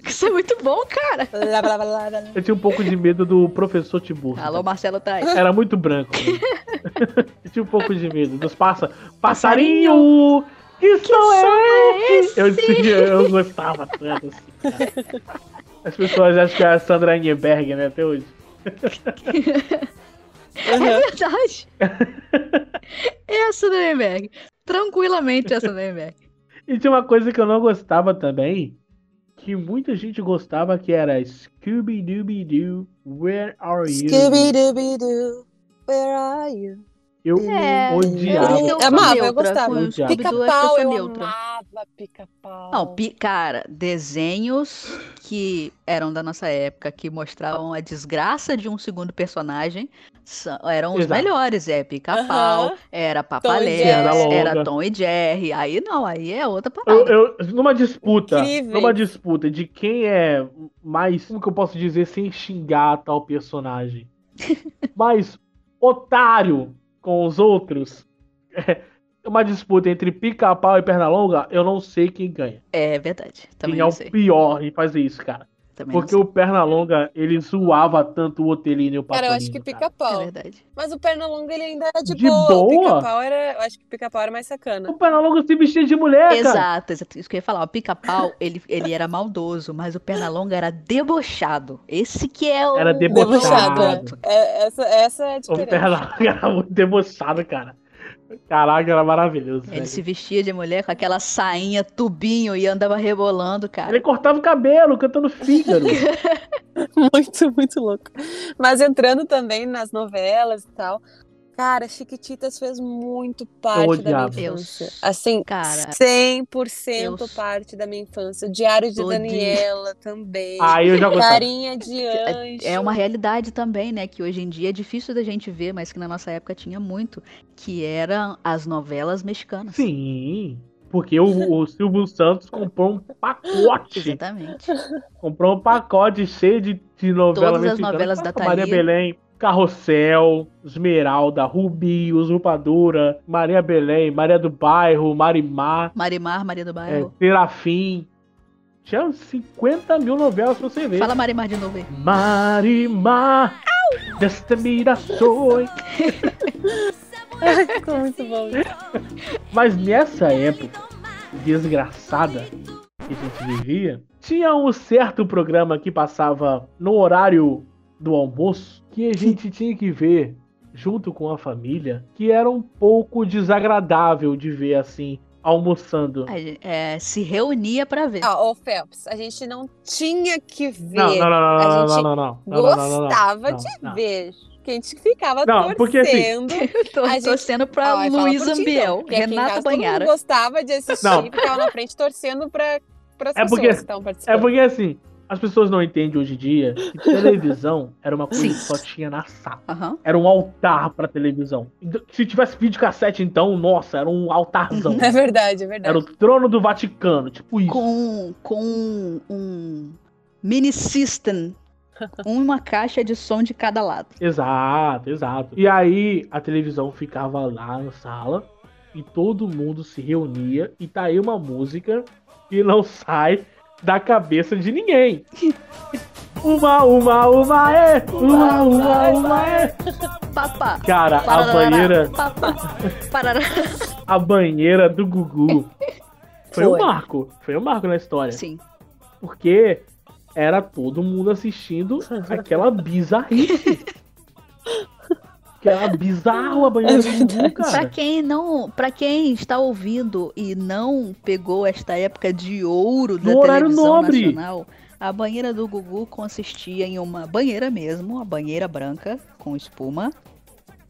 D: Isso é muito bom, cara.
C: Blá, blá, blá, blá, blá.
B: Eu tinha um pouco de medo do professor Tiburcio.
D: Alô, Marcelo tá aí.
B: Era muito branco. né? Eu Tinha um pouco de medo dos passa passarinho. Que, som é esse? Eu, tinha- eu gostava tanto assim, cara. As pessoas acham que é a Sandra Ingeberg, né, até hoje.
D: É
C: Uhum.
D: verdade. é a Sunderberg. Tranquilamente é a Sunderberg.
B: E tinha uma coisa que eu não gostava também, que muita gente gostava, que era Scooby-Dooby-Doo, Where Are You?
C: Scooby-Dooby-Doo, where are you?
B: Eu
D: É,
B: odiava.
C: eu amava, eu gostava.
B: Tá.
C: Pica-pau, eu
D: neutra.
C: amava pica-pau.
D: Não, pi- cara, desenhos que eram da nossa época, que mostravam a desgraça de um segundo personagem, sa- eram os
B: Exato.
D: melhores. É pica-pau,
C: Aham.
D: era
C: Jerry.
D: papalé,
B: Perna longa.
D: era Tom e Jerry. Aí não, aí é outra
B: Eu,
D: parada.
B: eu- numa disputa,
C: Incríveis.
B: numa disputa de quem é mais, como que eu posso dizer sem xingar tal personagem, mais otário com os outros. É, uma disputa entre pica-pau e Pernalonga, eu não sei quem ganha.
D: É verdade, também
B: quem é
D: não
B: o
D: sei.
B: pior em fazer isso, cara.
D: Também não
B: Porque o Pernalonga, ele zoava tanto o Otelino e o
C: Cara,
B: Patolino.
C: eu acho que
B: cara.
D: sei. É
C: pica-pau.
D: verdade.
C: Mas o Pernalonga ele ainda era de,
B: tá. De
C: boa. O
B: boa?
C: pica-pau era. Eu acho que o pica-pau era mais sacana.
B: O Pernalonga se vestia de mulher, É, cara.
D: Exato, exato, isso que eu ia falar. O pica-pau, ele, ele era maldoso, mas o Pernalonga era debochado. Esse que é o...
B: Era debochado.
D: Ponto.
C: É, essa, essa é a
B: O
C: diferença.
B: Pernalonga era muito debochado, cara. Caraca, era maravilhoso.
D: Ele
B: velho.
D: se vestia de mulher com aquela sainha, tubinho e andava rebolando, cara.
B: Ele cortava o cabelo, cantando Fígaro.
C: Muito, muito louco. Mas entrando também nas novelas e tal. Cara, Chiquititas fez muito parte da
B: odiava.
C: minha
D: Eu
C: infância. Assim,
D: cara,
C: 100%
D: eu-
C: parte da minha infância. O Diário de
D: Todinha.
C: Daniela também.
B: Aí eu já gostava.
C: Carinha de anjo.
D: É uma realidade também, né? Que hoje em dia é difícil da gente ver, mas que na nossa época tinha muito. Que eram as novelas mexicanas.
B: Sim. Porque o, o Silvio Santos comprou um pacote.
D: Exatamente.
B: comprou um pacote cheio de, de novela
D: Todas as
B: mexicana.
D: novelas da
B: Maria
D: Thalia.
B: Belém, Carrossel, Esmeralda, Rubi, Usurpadora, Maria Belém, Maria do Bairro, Marimar,
D: Marimar, Maria do
B: é,
D: Bairro.
B: Serafim. Tinha 50 mil novelas pra você ver.
D: Fala Marimar de novo aí.
B: Marimar, desta mirações.
C: Ficou muito bom.
B: Mas nessa época desgraçada que a gente vivia, tinha um certo programa que passava no horário do almoço que a gente tinha que ver junto com a família, que era um pouco desagradável de ver assim, almoçando.
D: A gente, é, se reunia pra ver.
C: Ó, ô Phelps, a gente não tinha que ver.
B: Não, não, não,
C: A
B: não, não, não,
C: gente
B: não, não, não, não, não, não,
C: Gostava
B: não,
C: de
B: não.
C: ver. Que a gente ficava
B: Não,
C: torcendo.
B: porque assim-
D: Tô
C: a gente-
D: torcendo pra
C: Ó, e fala
D: Luiz
C: por ti, então,
D: Ambiel,
C: porque aqui em
D: Renata
C: casa todo mundo
D: Banhara.
C: gostava de assistir
B: Não.
C: e ficava na frente torcendo pra, então, pras
B: É porque-
C: pessoas que estavam
B: É
C: participando.
B: porque assim, as pessoas não entendem hoje em dia que televisão era uma coisa
D: Sim.
B: que só tinha na sala.
D: Aham.
B: Era um altar pra televisão. Então, Se tivesse videocassete, então, nossa, era um altarzão.
C: É verdade, é verdade.
B: Era o trono do Vaticano, tipo isso.
D: Com, com um mini system. Uma caixa de som de cada lado.
B: Exato, exato. E aí a televisão ficava lá na sala e todo mundo se reunia e tá aí uma música que não sai da cabeça de ninguém. Uma, uma, uma é! Uma, uma, uma é!
D: Papá.
B: Cara, a
D: parará,
B: banheira,
D: Papá. Parará.
B: a banheira do Gugu foi um
C: Foi.
B: marco. Foi um marco na história.
D: Sim.
B: Porque era todo mundo assistindo aquela bizarrice. que era bizarro a banheira
C: É
B: do Gugu,
D: Pra
B: cara.
D: quem não, para quem está ouvindo e não pegou esta época de ouro da
B: No horário
D: televisão
B: nobre.
D: nacional, a banheira do Gugu consistia em uma banheira mesmo, uma banheira branca com espuma.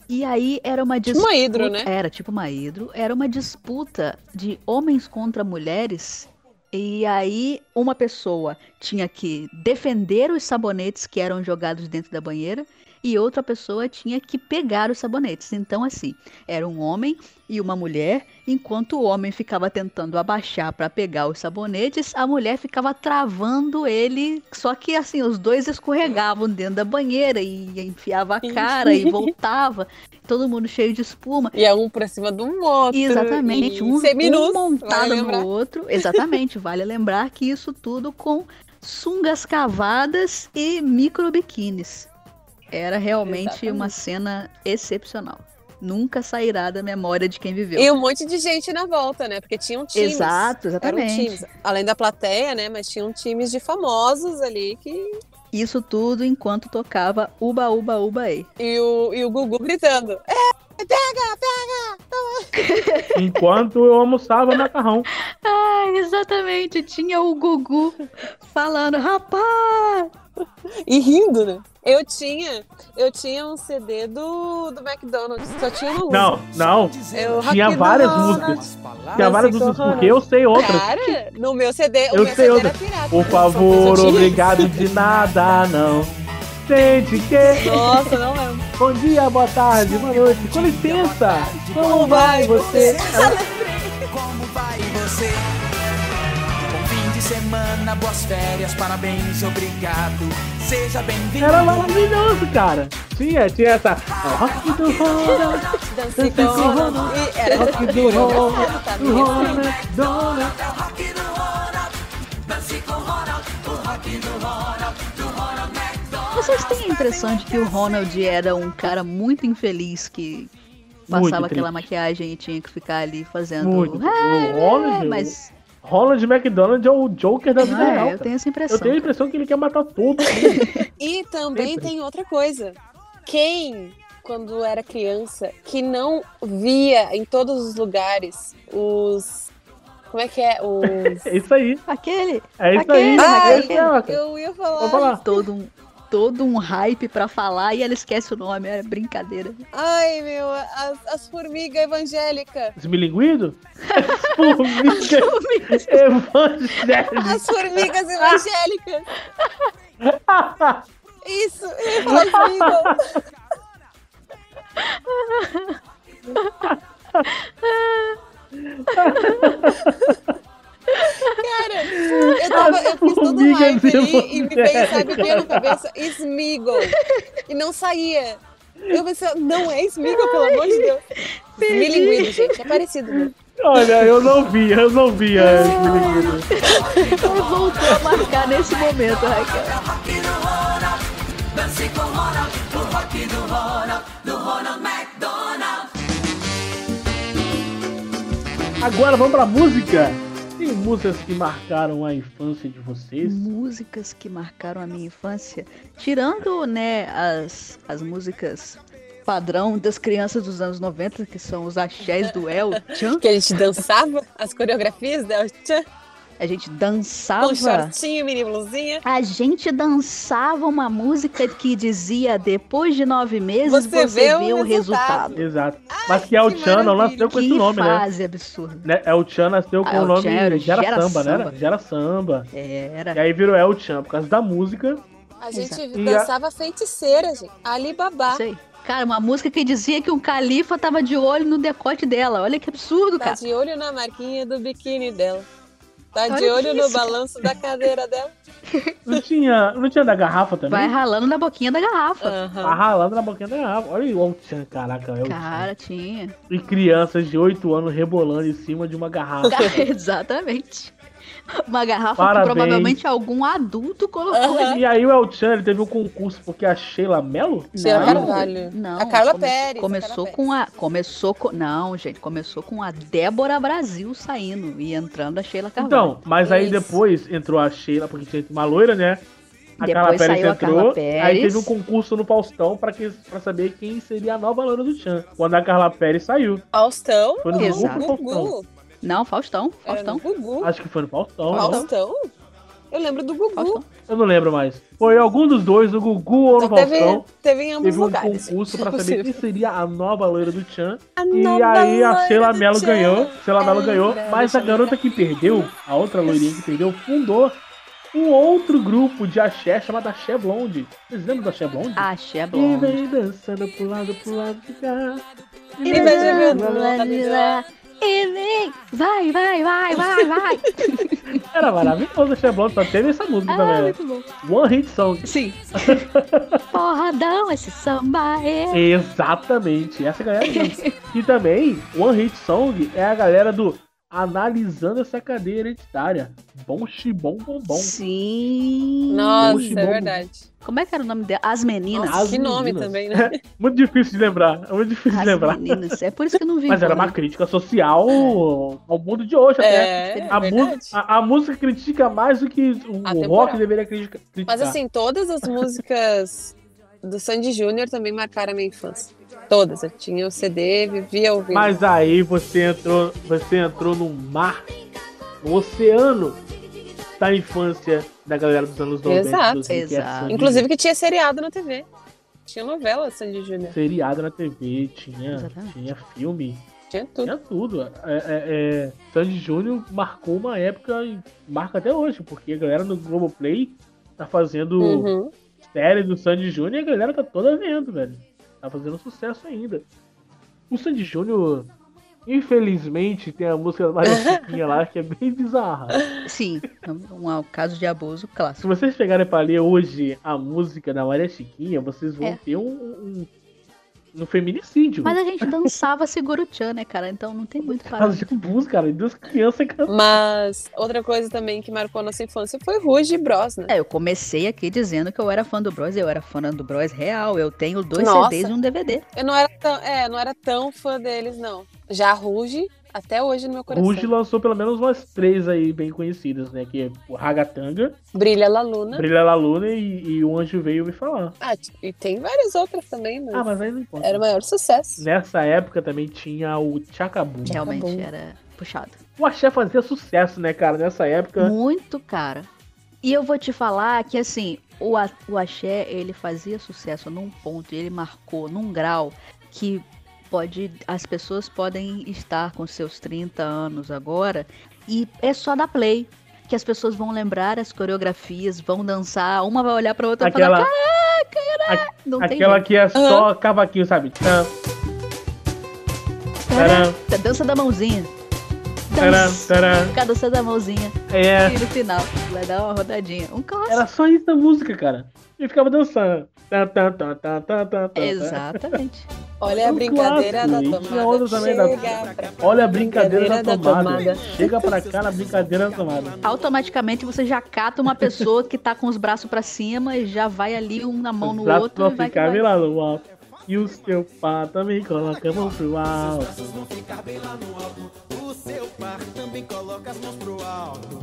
D: E aí era uma disputa,
C: Uma hidro, né?
D: era tipo uma hidro, era uma disputa de homens contra mulheres. E aí uma pessoa tinha que defender os sabonetes que eram jogados dentro da banheira e outra pessoa tinha que pegar os sabonetes. Então assim, era um homem e uma mulher, enquanto o homem ficava tentando abaixar para pegar os sabonetes, a mulher ficava travando ele, só que assim, os dois escorregavam dentro da banheira e enfiava a cara e voltava, todo mundo cheio de espuma.
C: E é um pra cima do outro.
D: Exatamente,
C: e
D: um,
C: seminus,
D: um montado
C: vale lembrar.
D: no outro. Exatamente, vale lembrar que isso tudo com sungas cavadas e micro biquínis. Era realmente uma cena excepcional. Nunca sairá da memória de quem viveu.
C: E um monte de gente na volta, né? Porque tinham times.
D: Exato,
C: Eram
D: exatamente.
C: times. Além da plateia, né? Mas tinham times de famosos ali que.
D: Isso tudo enquanto tocava Uba Uba Uba Ei.
C: E o, e o Gugu gritando.
B: Enquanto eu almoçava macarrão.
D: Ah, exatamente. Tinha o Gugu falando, rapaz!
C: E rindo, né? Eu tinha, eu tinha um CD do, do McDonald's, só tinha uma
B: Não, não.
C: Eu,
B: Tinha
C: Rock
B: várias
C: Donald.
B: músicas. Tinha
C: Eu
B: várias
C: sei
B: músicas,
C: qual
B: porque eu sei outras.
C: Cara, no meu CD, o
B: Eu sei
C: meu CD
B: outra.
C: era pirata. né?
B: Por
C: Eu
B: favor,
C: tinha-
B: obrigado de nada, não. Sente que.
C: Nossa, não é um lembro.
B: Bom dia, boa tarde, boa noite. Com licença. Como vai você?
E: Como vai você? Bom fim de semana, boas férias, parabéns, obrigado. Seja bem-vindo.
B: Era maravilhoso, cara. Tinha, tinha essa. então Rock do Ronald.
C: Dancei com o Ronald. E era
B: Rock do Ronald,
C: tá
B: do
C: mesmo.
B: Ronald, Donald.
D: Vocês têm a impressão de que o Ronald era um cara muito infeliz que
B: Muito
D: passava aquela
B: triste.
D: maquiagem e tinha que ficar ali fazendo.
B: Muito.
D: "Ah,
B: O Ronald,
D: mas
B: Ronald McDonald é o Joker da vida
D: não
B: real.
D: é, eu
B: cara.
D: tenho essa impressão.
B: Eu tenho a impressão que ele quer matar todo mundo.
C: E também
B: Sempre.
C: tem outra coisa. Quem, quando era criança, que não via em todos os lugares os. Como é que é? Os.
B: É isso aí.
D: Aquele,
B: É isso aí.
D: Aquele,
B: É
C: Ai,
B: isso aí, ó.
C: eu ia
B: Vamos
C: falar.
B: falar.
D: todo um, todo um hype pra falar e ela esquece o nome, é brincadeira.
C: Ai, meu, as, as formigas evangélicas.
B: Desmilinguido?
D: Então,
B: Formiga evangélica.
C: As formigas evangélicas. Isso, eu ia falar formiga. Cara, eu, tava, eu fiz todo o
B: Formiga
C: hype ali
B: virou
C: e me
B: mulher,
C: veio, sabe, o que na cabeça? Smiggle. E não saía. Eu pensei, não é Smiggle, pelo amor de Deus. Smilinguido, gente, é parecido, né?
B: Olha, eu não vi, eu não vi a Smilinguido.
D: Voltou a marcar nesse momento, Raquel.
B: Agora vamos pra música. Tem músicas que marcaram a infância de vocês?
D: Músicas que marcaram a minha infância. Tirando, né, as, as músicas padrão das crianças dos anos 90, que são os axés do El Chan.
C: Que a gente dançava as coreografias dela, tchan,
D: A gente
C: com
D: dançava.
C: shortinho, mini blusinha.
D: A gente dançava uma música que dizia depois de nove meses
C: Você
D: você,
C: vê o
D: vê o
C: resultado."
D: resultado.
B: Exato. Mas que El
C: que
B: Chan não nasceu com
D: Que
B: esse nome, né?
D: fase absurda.
B: né? El Chan nasceu com
D: Ah,
B: o
D: El
B: nome
D: Chan era
B: Gera,
D: Gera
B: Samba, né?
D: Samba.
B: Era Gera Samba. E
D: É, Era.
B: aí virou El Chan por causa da música.
C: A gente
B: E a-
C: dançava feiticeira, gente. Alibaba.
D: Isso aí. Cara, uma música que dizia que um califa tava de olho no decote dela. Olha que absurdo,
C: Tá
D: cara.
C: de olho na marquinha do biquíni dela. Tá de
D: Olha
C: olho
D: que
C: no
D: isso, cara.
C: balanço da cadeira dela.
B: Não tinha, não tinha da garrafa
D: Vai
B: também?
D: ralando na boquinha da garrafa.
B: Tá
C: Aham.
B: ralando na boquinha da garrafa. Olha aí o El Chan, caraca. El Chan.
D: Cara, tinha.
B: E crianças de 8 anos rebolando em cima de uma garrafa.
D: Cara, exatamente. Uma garrafa
B: Parabéns.
D: que provavelmente algum adulto colocou
C: Aham.
D: ali.
B: E aí o El Chan ele teve um concurso porque a Sheila Mello?
C: Sheila
B: Não.
C: Carvalho.
D: Não,
C: A Carla
D: come-
C: Perez, a
D: Começou
C: Carla
D: com a. Começou com. Não, gente, começou com a Débora Brasil saindo e entrando a Sheila Carvalho.
B: Então, mas aí
C: Isso.
B: depois entrou a Sheila, porque tinha uma loira, né? A
D: Depois
B: Carla Pérez
D: saiu a
B: entrou.
D: Carla Perez.
B: Aí teve um concurso no Faustão pra, que, pra saber quem seria a nova loira do Chan. Quando a Carla Pérez saiu.
C: Faustão?
B: Foi no
D: Exato.
B: Gugu, Faustão.
C: Gugu.
D: Não, Faustão.
C: Era no
D: Faustão.
C: Gugu.
B: Acho que foi no Faustão. não?
C: Faustão? Eu lembro do Gugu.
D: Faustão.
B: Eu não lembro mais. Foi algum dos dois, no Gugu ou no
C: Então teve,
B: Faustão.
C: teve em ambos
B: Teve um
C: lugares.
B: concurso pra
C: Não é
B: saber
C: possível.
B: quem seria a nova loira do Chan.
C: A
B: E
C: nova
B: aí a
C: loira
B: Sheila
C: do É,
B: Mello
C: Tchan.
B: ganhou. Sheila Mello
C: Ai,
B: ganhou,
C: velho,
B: mas a
C: Sheila.
B: garota que perdeu, a outra loirinha que perdeu, fundou um outro grupo de axé chamado Axé Blonde. Vocês lembram do Axé Blonde?
C: Ah,
D: Axé
B: E
D: Ah, Blonde.
B: vem dançando pro lado, pro lado de cá.
C: E vai jogando no lado de tá lá.
D: E vem. Vai, vai, vai, vai, vai.
B: Era maravilhoso Axé Blonde, só teve essa música
D: Ah,
B: também. né?
D: muito bom.
B: One Hit Song.
D: Sim. Porradão, esse samba é.
B: Exatamente, essa é galera mesmo. E também, One Hit Song é a galera do Analisando essa cadeia hereditária. Bom, xibom, bom, bom.
D: Sim.
C: Nossa,
B: Muito
C: é
B: bom.
C: verdade.
D: Como é que era o nome dela? As meninas.
C: Nossa,
B: As
C: que nome
B: meninas.
C: também, né?
B: Muito difícil de lembrar, é muito difícil
D: As
B: de lembrar.
D: meninas. É por isso que eu não vi.
B: Mas era uma crítica social ao mundo de hoje, até.
C: É, é
B: A, mu-
C: verdade.
B: a- a música critica mais do que o
C: Atemporal.
B: rock deveria critica- criticar.
C: Mas assim, todas as músicas do Sandy Júnior também marcaram a minha infância. Todas. Eu tinha o CD, vivia ouvindo.
B: Mas aí você entrou, você entrou no mar, no oceano da infância da galera dos anos 90.
C: Exato,
B: 2000, que é
D: exato.
B: Sandy
C: Inclusive que tinha seriado na TV. Tinha novela Sandy Júnior.
B: seriado na TV, tinha,
D: Exatamente.
B: tinha filme,
C: Tinha tudo.
B: tinha tudo. É, é, é, Sandy Júnior marcou uma época e marca até hoje, porque a galera no Globoplay tá fazendo
C: Uhum.
B: série do Sandy Júnior e a galera tá toda vendo, velho. Tá fazendo sucesso ainda. O Sandy Júnior, infelizmente, tem a música da Maria Chiquinha lá que é bem bizarra.
D: Sim. Um, um caso de abuso
B: Se
D: clássico.
B: vocês pegarem pra ler hoje a música da Maria Chiquinha, vocês vão
D: É.
B: ter um, um, um feminicídio.
D: Mas a gente dançava seguro tchan, né, cara? Então não tem muito para.
B: Caso de abuso, cara, e duas crianças cantando.
C: Mas outra coisa também que marcou a nossa infância foi Ruge e Bros, né?
D: É, eu comecei aqui dizendo que eu era fã do Bros, eu era fã do Bros real. Eu tenho dois
C: Nossa. Tá
D: CDs e um DVD.
C: Eu não era tão, é, não era tão fã deles, não. Já Ruge, até hoje no meu coração.
B: Ruge lançou pelo menos umas três aí bem conhecidas, né? Que é o Ragatanga,
C: Brilha La Luna.
B: Brilha La Luna e, e O Anjo Veio Me Falar.
C: Ah, t- e tem várias outras também, mas
B: Ah, mas aí não importa.
C: era o maior sucesso.
B: Nessa época também tinha o Chacabum.
D: Realmente
C: bom.
D: era puxado.
B: O Axé fazia sucesso, né, cara, nessa época.
D: Muito cara. E eu vou te falar que assim, o, a- o axé, ele fazia sucesso num ponto, ele marcou num grau que pode as pessoas podem estar com seus 30 anos agora e é só dar play que as pessoas vão lembrar as coreografias, vão dançar, uma vai olhar pra outra e falar,
B: Aquela,
D: cara, não tem
B: aquela
D: jeito.
B: que é só cavaquinho, sabe? Tchan,
D: Cara,
B: tcharam,
D: da dança da mãozinha.
B: Taran, taran.
D: Cada dançando da mãozinha.
B: É,
D: E no final, vai dar uma rodadinha. Um clássico.
B: era só isso a música, cara. E ficava dançando. Tá, tá, tá, tá, tá, tá, tá.
D: Exatamente.
C: Olha a
B: um
C: brincadeira
B: clássico,
C: da
B: e tinha
C: tomada.
B: outra também da-
C: Chega pra...
B: Olha a brincadeira da
C: Brincadeira da
B: tomada.
C: tomada.
B: Chega pra cá na brincadeira da tomada.
D: Automaticamente você já cata uma pessoa que tá com os braços pra cima e já vai ali um na mão no
B: Exato,
D: outro.
B: pra
D: e vai que
B: ficar
D: vai.
B: bem lá no alto. E o seu pá também coloca a mão pro alto.
E: Vão ficar bem lá no alto. O seu par também coloca as mãos pro alto.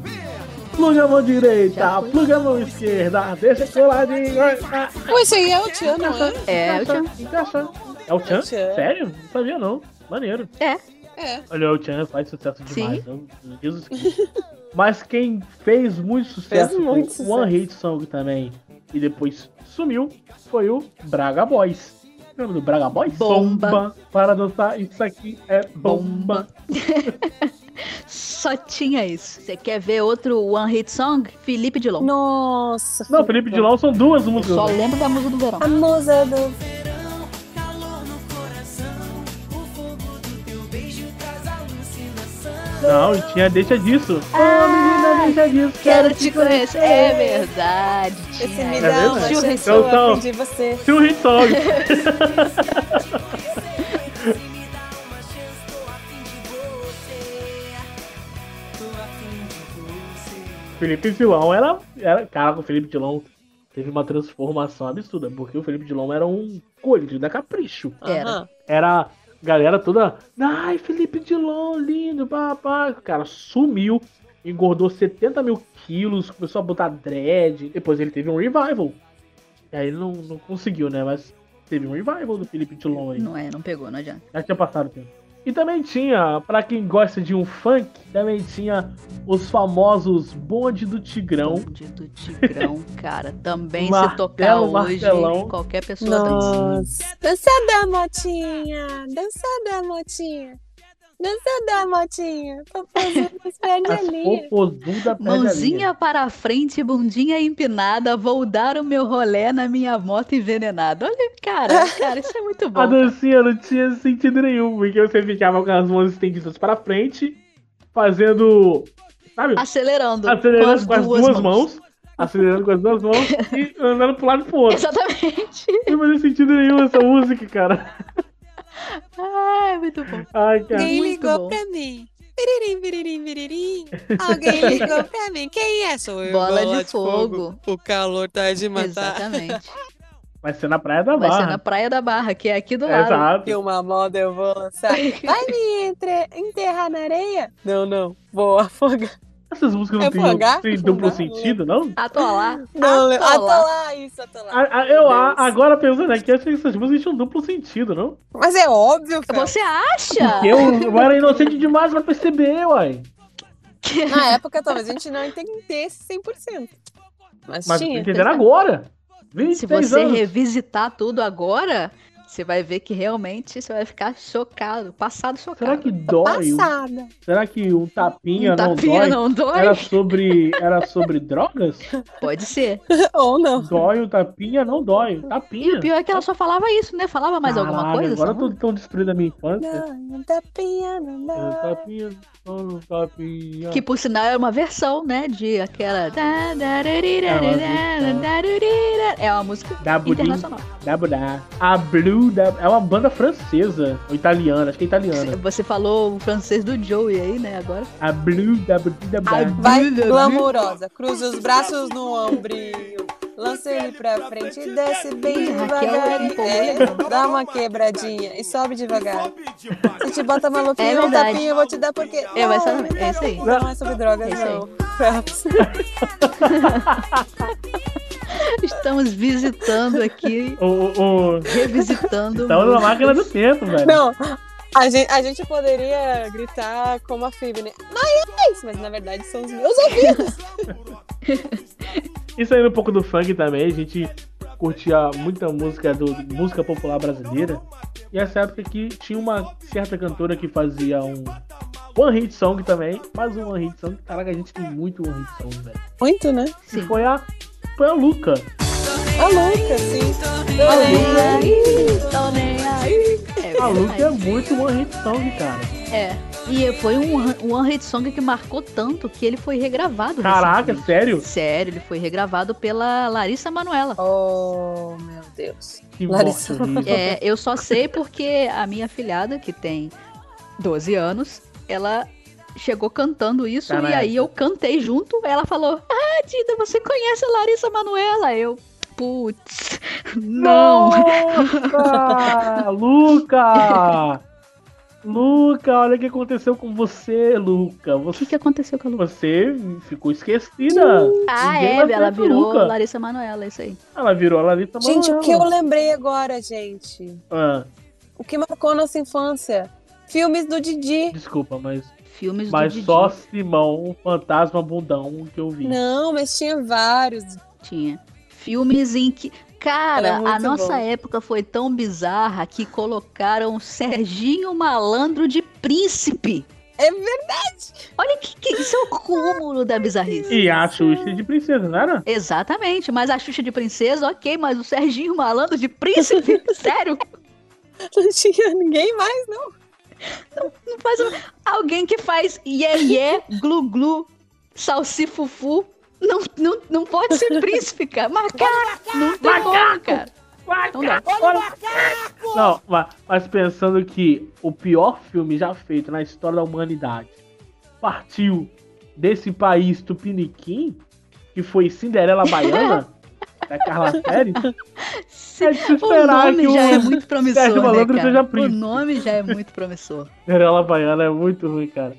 B: Pluga a mão direita, pluga a mão esquerda, deixa coladinho. ai, ai.
C: Pô, isso aí é o Tchan, não é?
D: É, o Tchan.
B: Encaixando. É o Chan?
C: É o Tchan.
B: Sério? Não sabia não. Maneiro.
D: É.
C: É.
B: Olha, o Chan faz sucesso
D: Sim.
B: demais. eu- Meu Deus do céu. Mas quem fez muito sucesso,
C: Fez muito
B: com One Hit Song também, e depois sumiu, foi o Braga Boys. Lembra do Braga Boys?
D: Bomba.
B: Para dançar, isso aqui é bomba.
D: Só tinha isso. Você quer ver outro One Hit Song? Felipe Dilon.
C: Nossa.
B: Não, Felipe Dilon são duas músicas.
D: Só lembro da música do verão.
C: A moça do...
B: Não, e tinha deixa disso. Ô, menina, deixa disso.
D: Quero te conhecer. É verdade.
C: Esse
D: tinha
C: me
D: essa.
C: dá
B: vendo?
C: uma
B: Tio
C: chance,
B: Ricardo.
C: eu aprendi você.
B: Two hit song. Felipe Dilon era, era. Cara, o Felipe Dilon teve uma transformação absurda, porque o Felipe Dilon era um coelho da capricho.
D: Era.
C: Aham.
B: Era a galera toda. Ai, Felipe Dilon, lindo, papá. Cara, sumiu, engordou 70 mil quilos, começou a botar dread. Depois ele teve um revival. E aí ele não, não conseguiu, né? Mas teve um revival do Felipe Dilon aí.
D: Não é, não pegou, não adianta.
B: Já tinha passado o tempo. E também tinha, pra quem gosta de um funk, também tinha os famosos bonde do Tigrão.
D: Bonde do Tigrão, cara. Também
B: Martelo,
D: se tocar hoje,
B: martelão.
D: qualquer pessoa dança.
C: Nossa. Dança da motinha. Dança da motinha. Dança da motinha. Tô fazendo as
B: As
C: pernas ali.
B: popozudas perde a linha.
D: Mãozinha para frente, bundinha empinada, vou dar o meu rolé na minha moto envenenada. Olha, cara, cara, isso é muito
B: A
D: bom.
B: dancinha não tinha sentido nenhum, porque você ficava com as mãos estendidas para frente, fazendo. Sabe?
D: Acelerando.
B: acelerando com as duas, mãos. acelerando com as duas mãos e andando pro lado e pro outro.
D: Exatamente.
B: Não fazia sentido nenhum essa música, cara.
D: Ah, é muito bom.
B: Ai, cara.
C: Quem
D: muito
C: ligou
D: bom.
C: pra mim? Piririm, piririm, piririm. Alguém ligou pra mim. Quem é? Sou eu.
D: Bola de fogo.
C: O calor tá de matar.
D: Exatamente.
B: Vai ser na Praia da
D: Vai ser na
B: Barra.
D: Praia da Barra, que é aqui do
B: É,
D: lado.
B: Exato.
C: E uma moda eu vou lançar. Vai me entre- enterrar na areia? Não, não. Vou afogar.
B: Essas músicas não
C: É
B: têm
C: afogar?
B: têm duplo
C: Afogar?
B: sentido, não?
D: Atolar.
C: Não, Leo.
D: Atolar.
C: Atolar isso, atolar.
B: A- a- eu, a-
C: Meu Deus.
B: agora pensando aqui, acho que essas músicas tinham duplo sentido, não?
C: Mas é óbvio, cara.
D: Você acha?
B: Eu, eu era inocente demais pra perceber, uai.
C: tá. Na época, talvez a gente não entendesse 100%. Mas,
B: Mas
C: tinha.
B: entenderam agora.
D: né? Se
B: 26
D: você
B: anos.
D: revisitar tudo agora, você vai ver que realmente você vai ficar chocado, passado
B: Será
D: chocado.
B: que dói? Um-
C: Passada.
B: Será que um tapinha,
D: um tapinha
B: não dói?
D: não dói?
B: Era sobre, era sobre drogas?
D: Pode ser.
C: Ou não.
B: Dói o tapinha, não dói. o
D: E
B: Tapinha.
D: o pior é que ela só falava isso, né? Falava mais alguma
B: Caralho,
D: coisa?
B: Agora
D: só?
B: eu tô tão destruído da minha infância.
C: Não, não tá piando,
B: Um
C: não.
B: tapinha, só um tapinha.
D: Que por sinal era uma versão, né? De
B: Ah,
D: aquela. É uma música
B: Da Budin,
D: internacional.
B: da Budá. A Blue da... é uma banda francesa, ou italiana, acho que é italiana.
D: Você falou o francês do Joey aí, né? Agora.
B: A Blue da Budin da Budá.
C: Vai glamourosa, cruza os braços no ombrio. Lança ele pra frente e desce bem
D: Ih, Raquel
C: devagar.
D: empolgou
C: É,
D: legal.
C: dá uma quebradinha e sobe devagar. Se te bota
D: É
C: maluquinho no
D: verdade.
C: tapinha, eu vou te dar porque.
D: É, mas
C: Não,
D: sabe- é isso aí.
C: Não é sobre drogas,
D: É isso aí.
C: não. Phelps.
D: Estamos visitando aqui,
B: O, o, o...
D: revisitando.
B: Estamos na
D: músicas.
B: máquina do tempo, velho.
C: Não, a gente, a gente poderia gritar como a Phoebe, né? Mas, mas na verdade são os meus ouvidos.
B: E saindo um pouco do funk também, a gente curtia muita música do música popular brasileira. E essa época que tinha uma certa cantora que fazia um One Hit Song também, mas um One Hit Song, caraca, a gente tem muito One Hit Song, velho.
C: Muito, né?
B: E foi a foi a Luca.
C: A louca, assim. sim.
D: Tô nem aí, tô nem aí. É
B: A Luca é
D: verdade.
B: muito One Hit Song, cara.
D: É, E foi um, um One Hit Song que marcou tanto que ele foi regravado.
B: Caraca,
D: recentemente.
B: sério?
D: Sério, ele foi regravado pela Larissa Manoela.
C: Oh, meu Deus.
B: Que
C: Larissa.
B: morte horrível.
D: É, eu só sei porque a minha filhada, que tem 12 anos, ela chegou cantando isso e
B: Caraca.
D: aí eu cantei junto. Ela falou: Ah, Dida, você conhece a Larissa Manoela? Eu, putz, não.
B: Nossa! Luca! Luca, olha o que aconteceu com você, Luca.
D: O que,
B: Você,
D: que aconteceu com a Lu?
B: você ficou esquecida.
D: Ah,
B: Ninguém
D: é,
B: vai ver
D: ela
B: essa
D: virou
B: Luca.
D: Larissa Manoela, isso aí.
B: Ela virou a Larissa
C: Gente, o
B: Manoela.
C: que eu lembrei agora, gente?
B: Ah,
C: O que marcou nossa infância? Filmes do Didi.
B: desculpa, mas,
D: Filmes
B: mas
D: do Didi
B: só Simão, um fantasma bundão que eu vi.
C: Não, mas tinha vários.
D: tinha. Filmes em que. Cara,
C: Era muito
D: a nossa
C: bom.
D: época foi tão bizarra que colocaram Serginho Malandro de príncipe.
C: É verdade.
D: Olha que, que isso é o cúmulo da bizarrice.
B: E a Xuxa de princesa, não era?
D: Exatamente, mas a Xuxa de princesa, ok, mas o Serginho Malandro de príncipe, sério,
C: Não tinha ninguém mais.
D: não faz um- alguém que faz iê-iê, glu-glu, salsifufu, não, não, não pode ser príncipe, cara, macaco, não tem como, cara. Não dá.
B: Não, mas, mas pensando que o pior filme já feito na história da humanidade partiu desse país tupiniquim, que foi Cinderela Baiana, da Carla Pérez, é de se
D: O
B: esperar
D: nome
B: que o
D: já é muito promissor,
B: Sérgio
D: né,
B: Malandro
D: cara?
B: seja
D: O
B: príncipe.
D: nome já é muito promissor.
B: Cinderela Baiana é muito ruim, cara.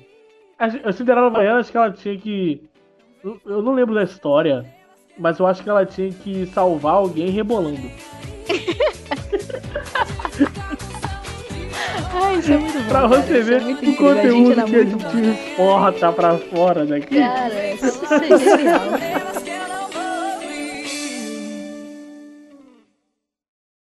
B: A, a Cinderela Baiana, acho que ela tinha que... eu- Eu não lembro da história, mas eu acho que ela tinha que salvar alguém rebolando.
D: Ai, isso é muito bom,
B: Pra
D: cara,
B: você
D: isso é
B: ver
D: muito
B: o
D: incrível, a gente
B: conteúdo
D: era
B: que a
D: muito bom.
B: gente exporta pra fora daqui.
D: Cara, isso é genial.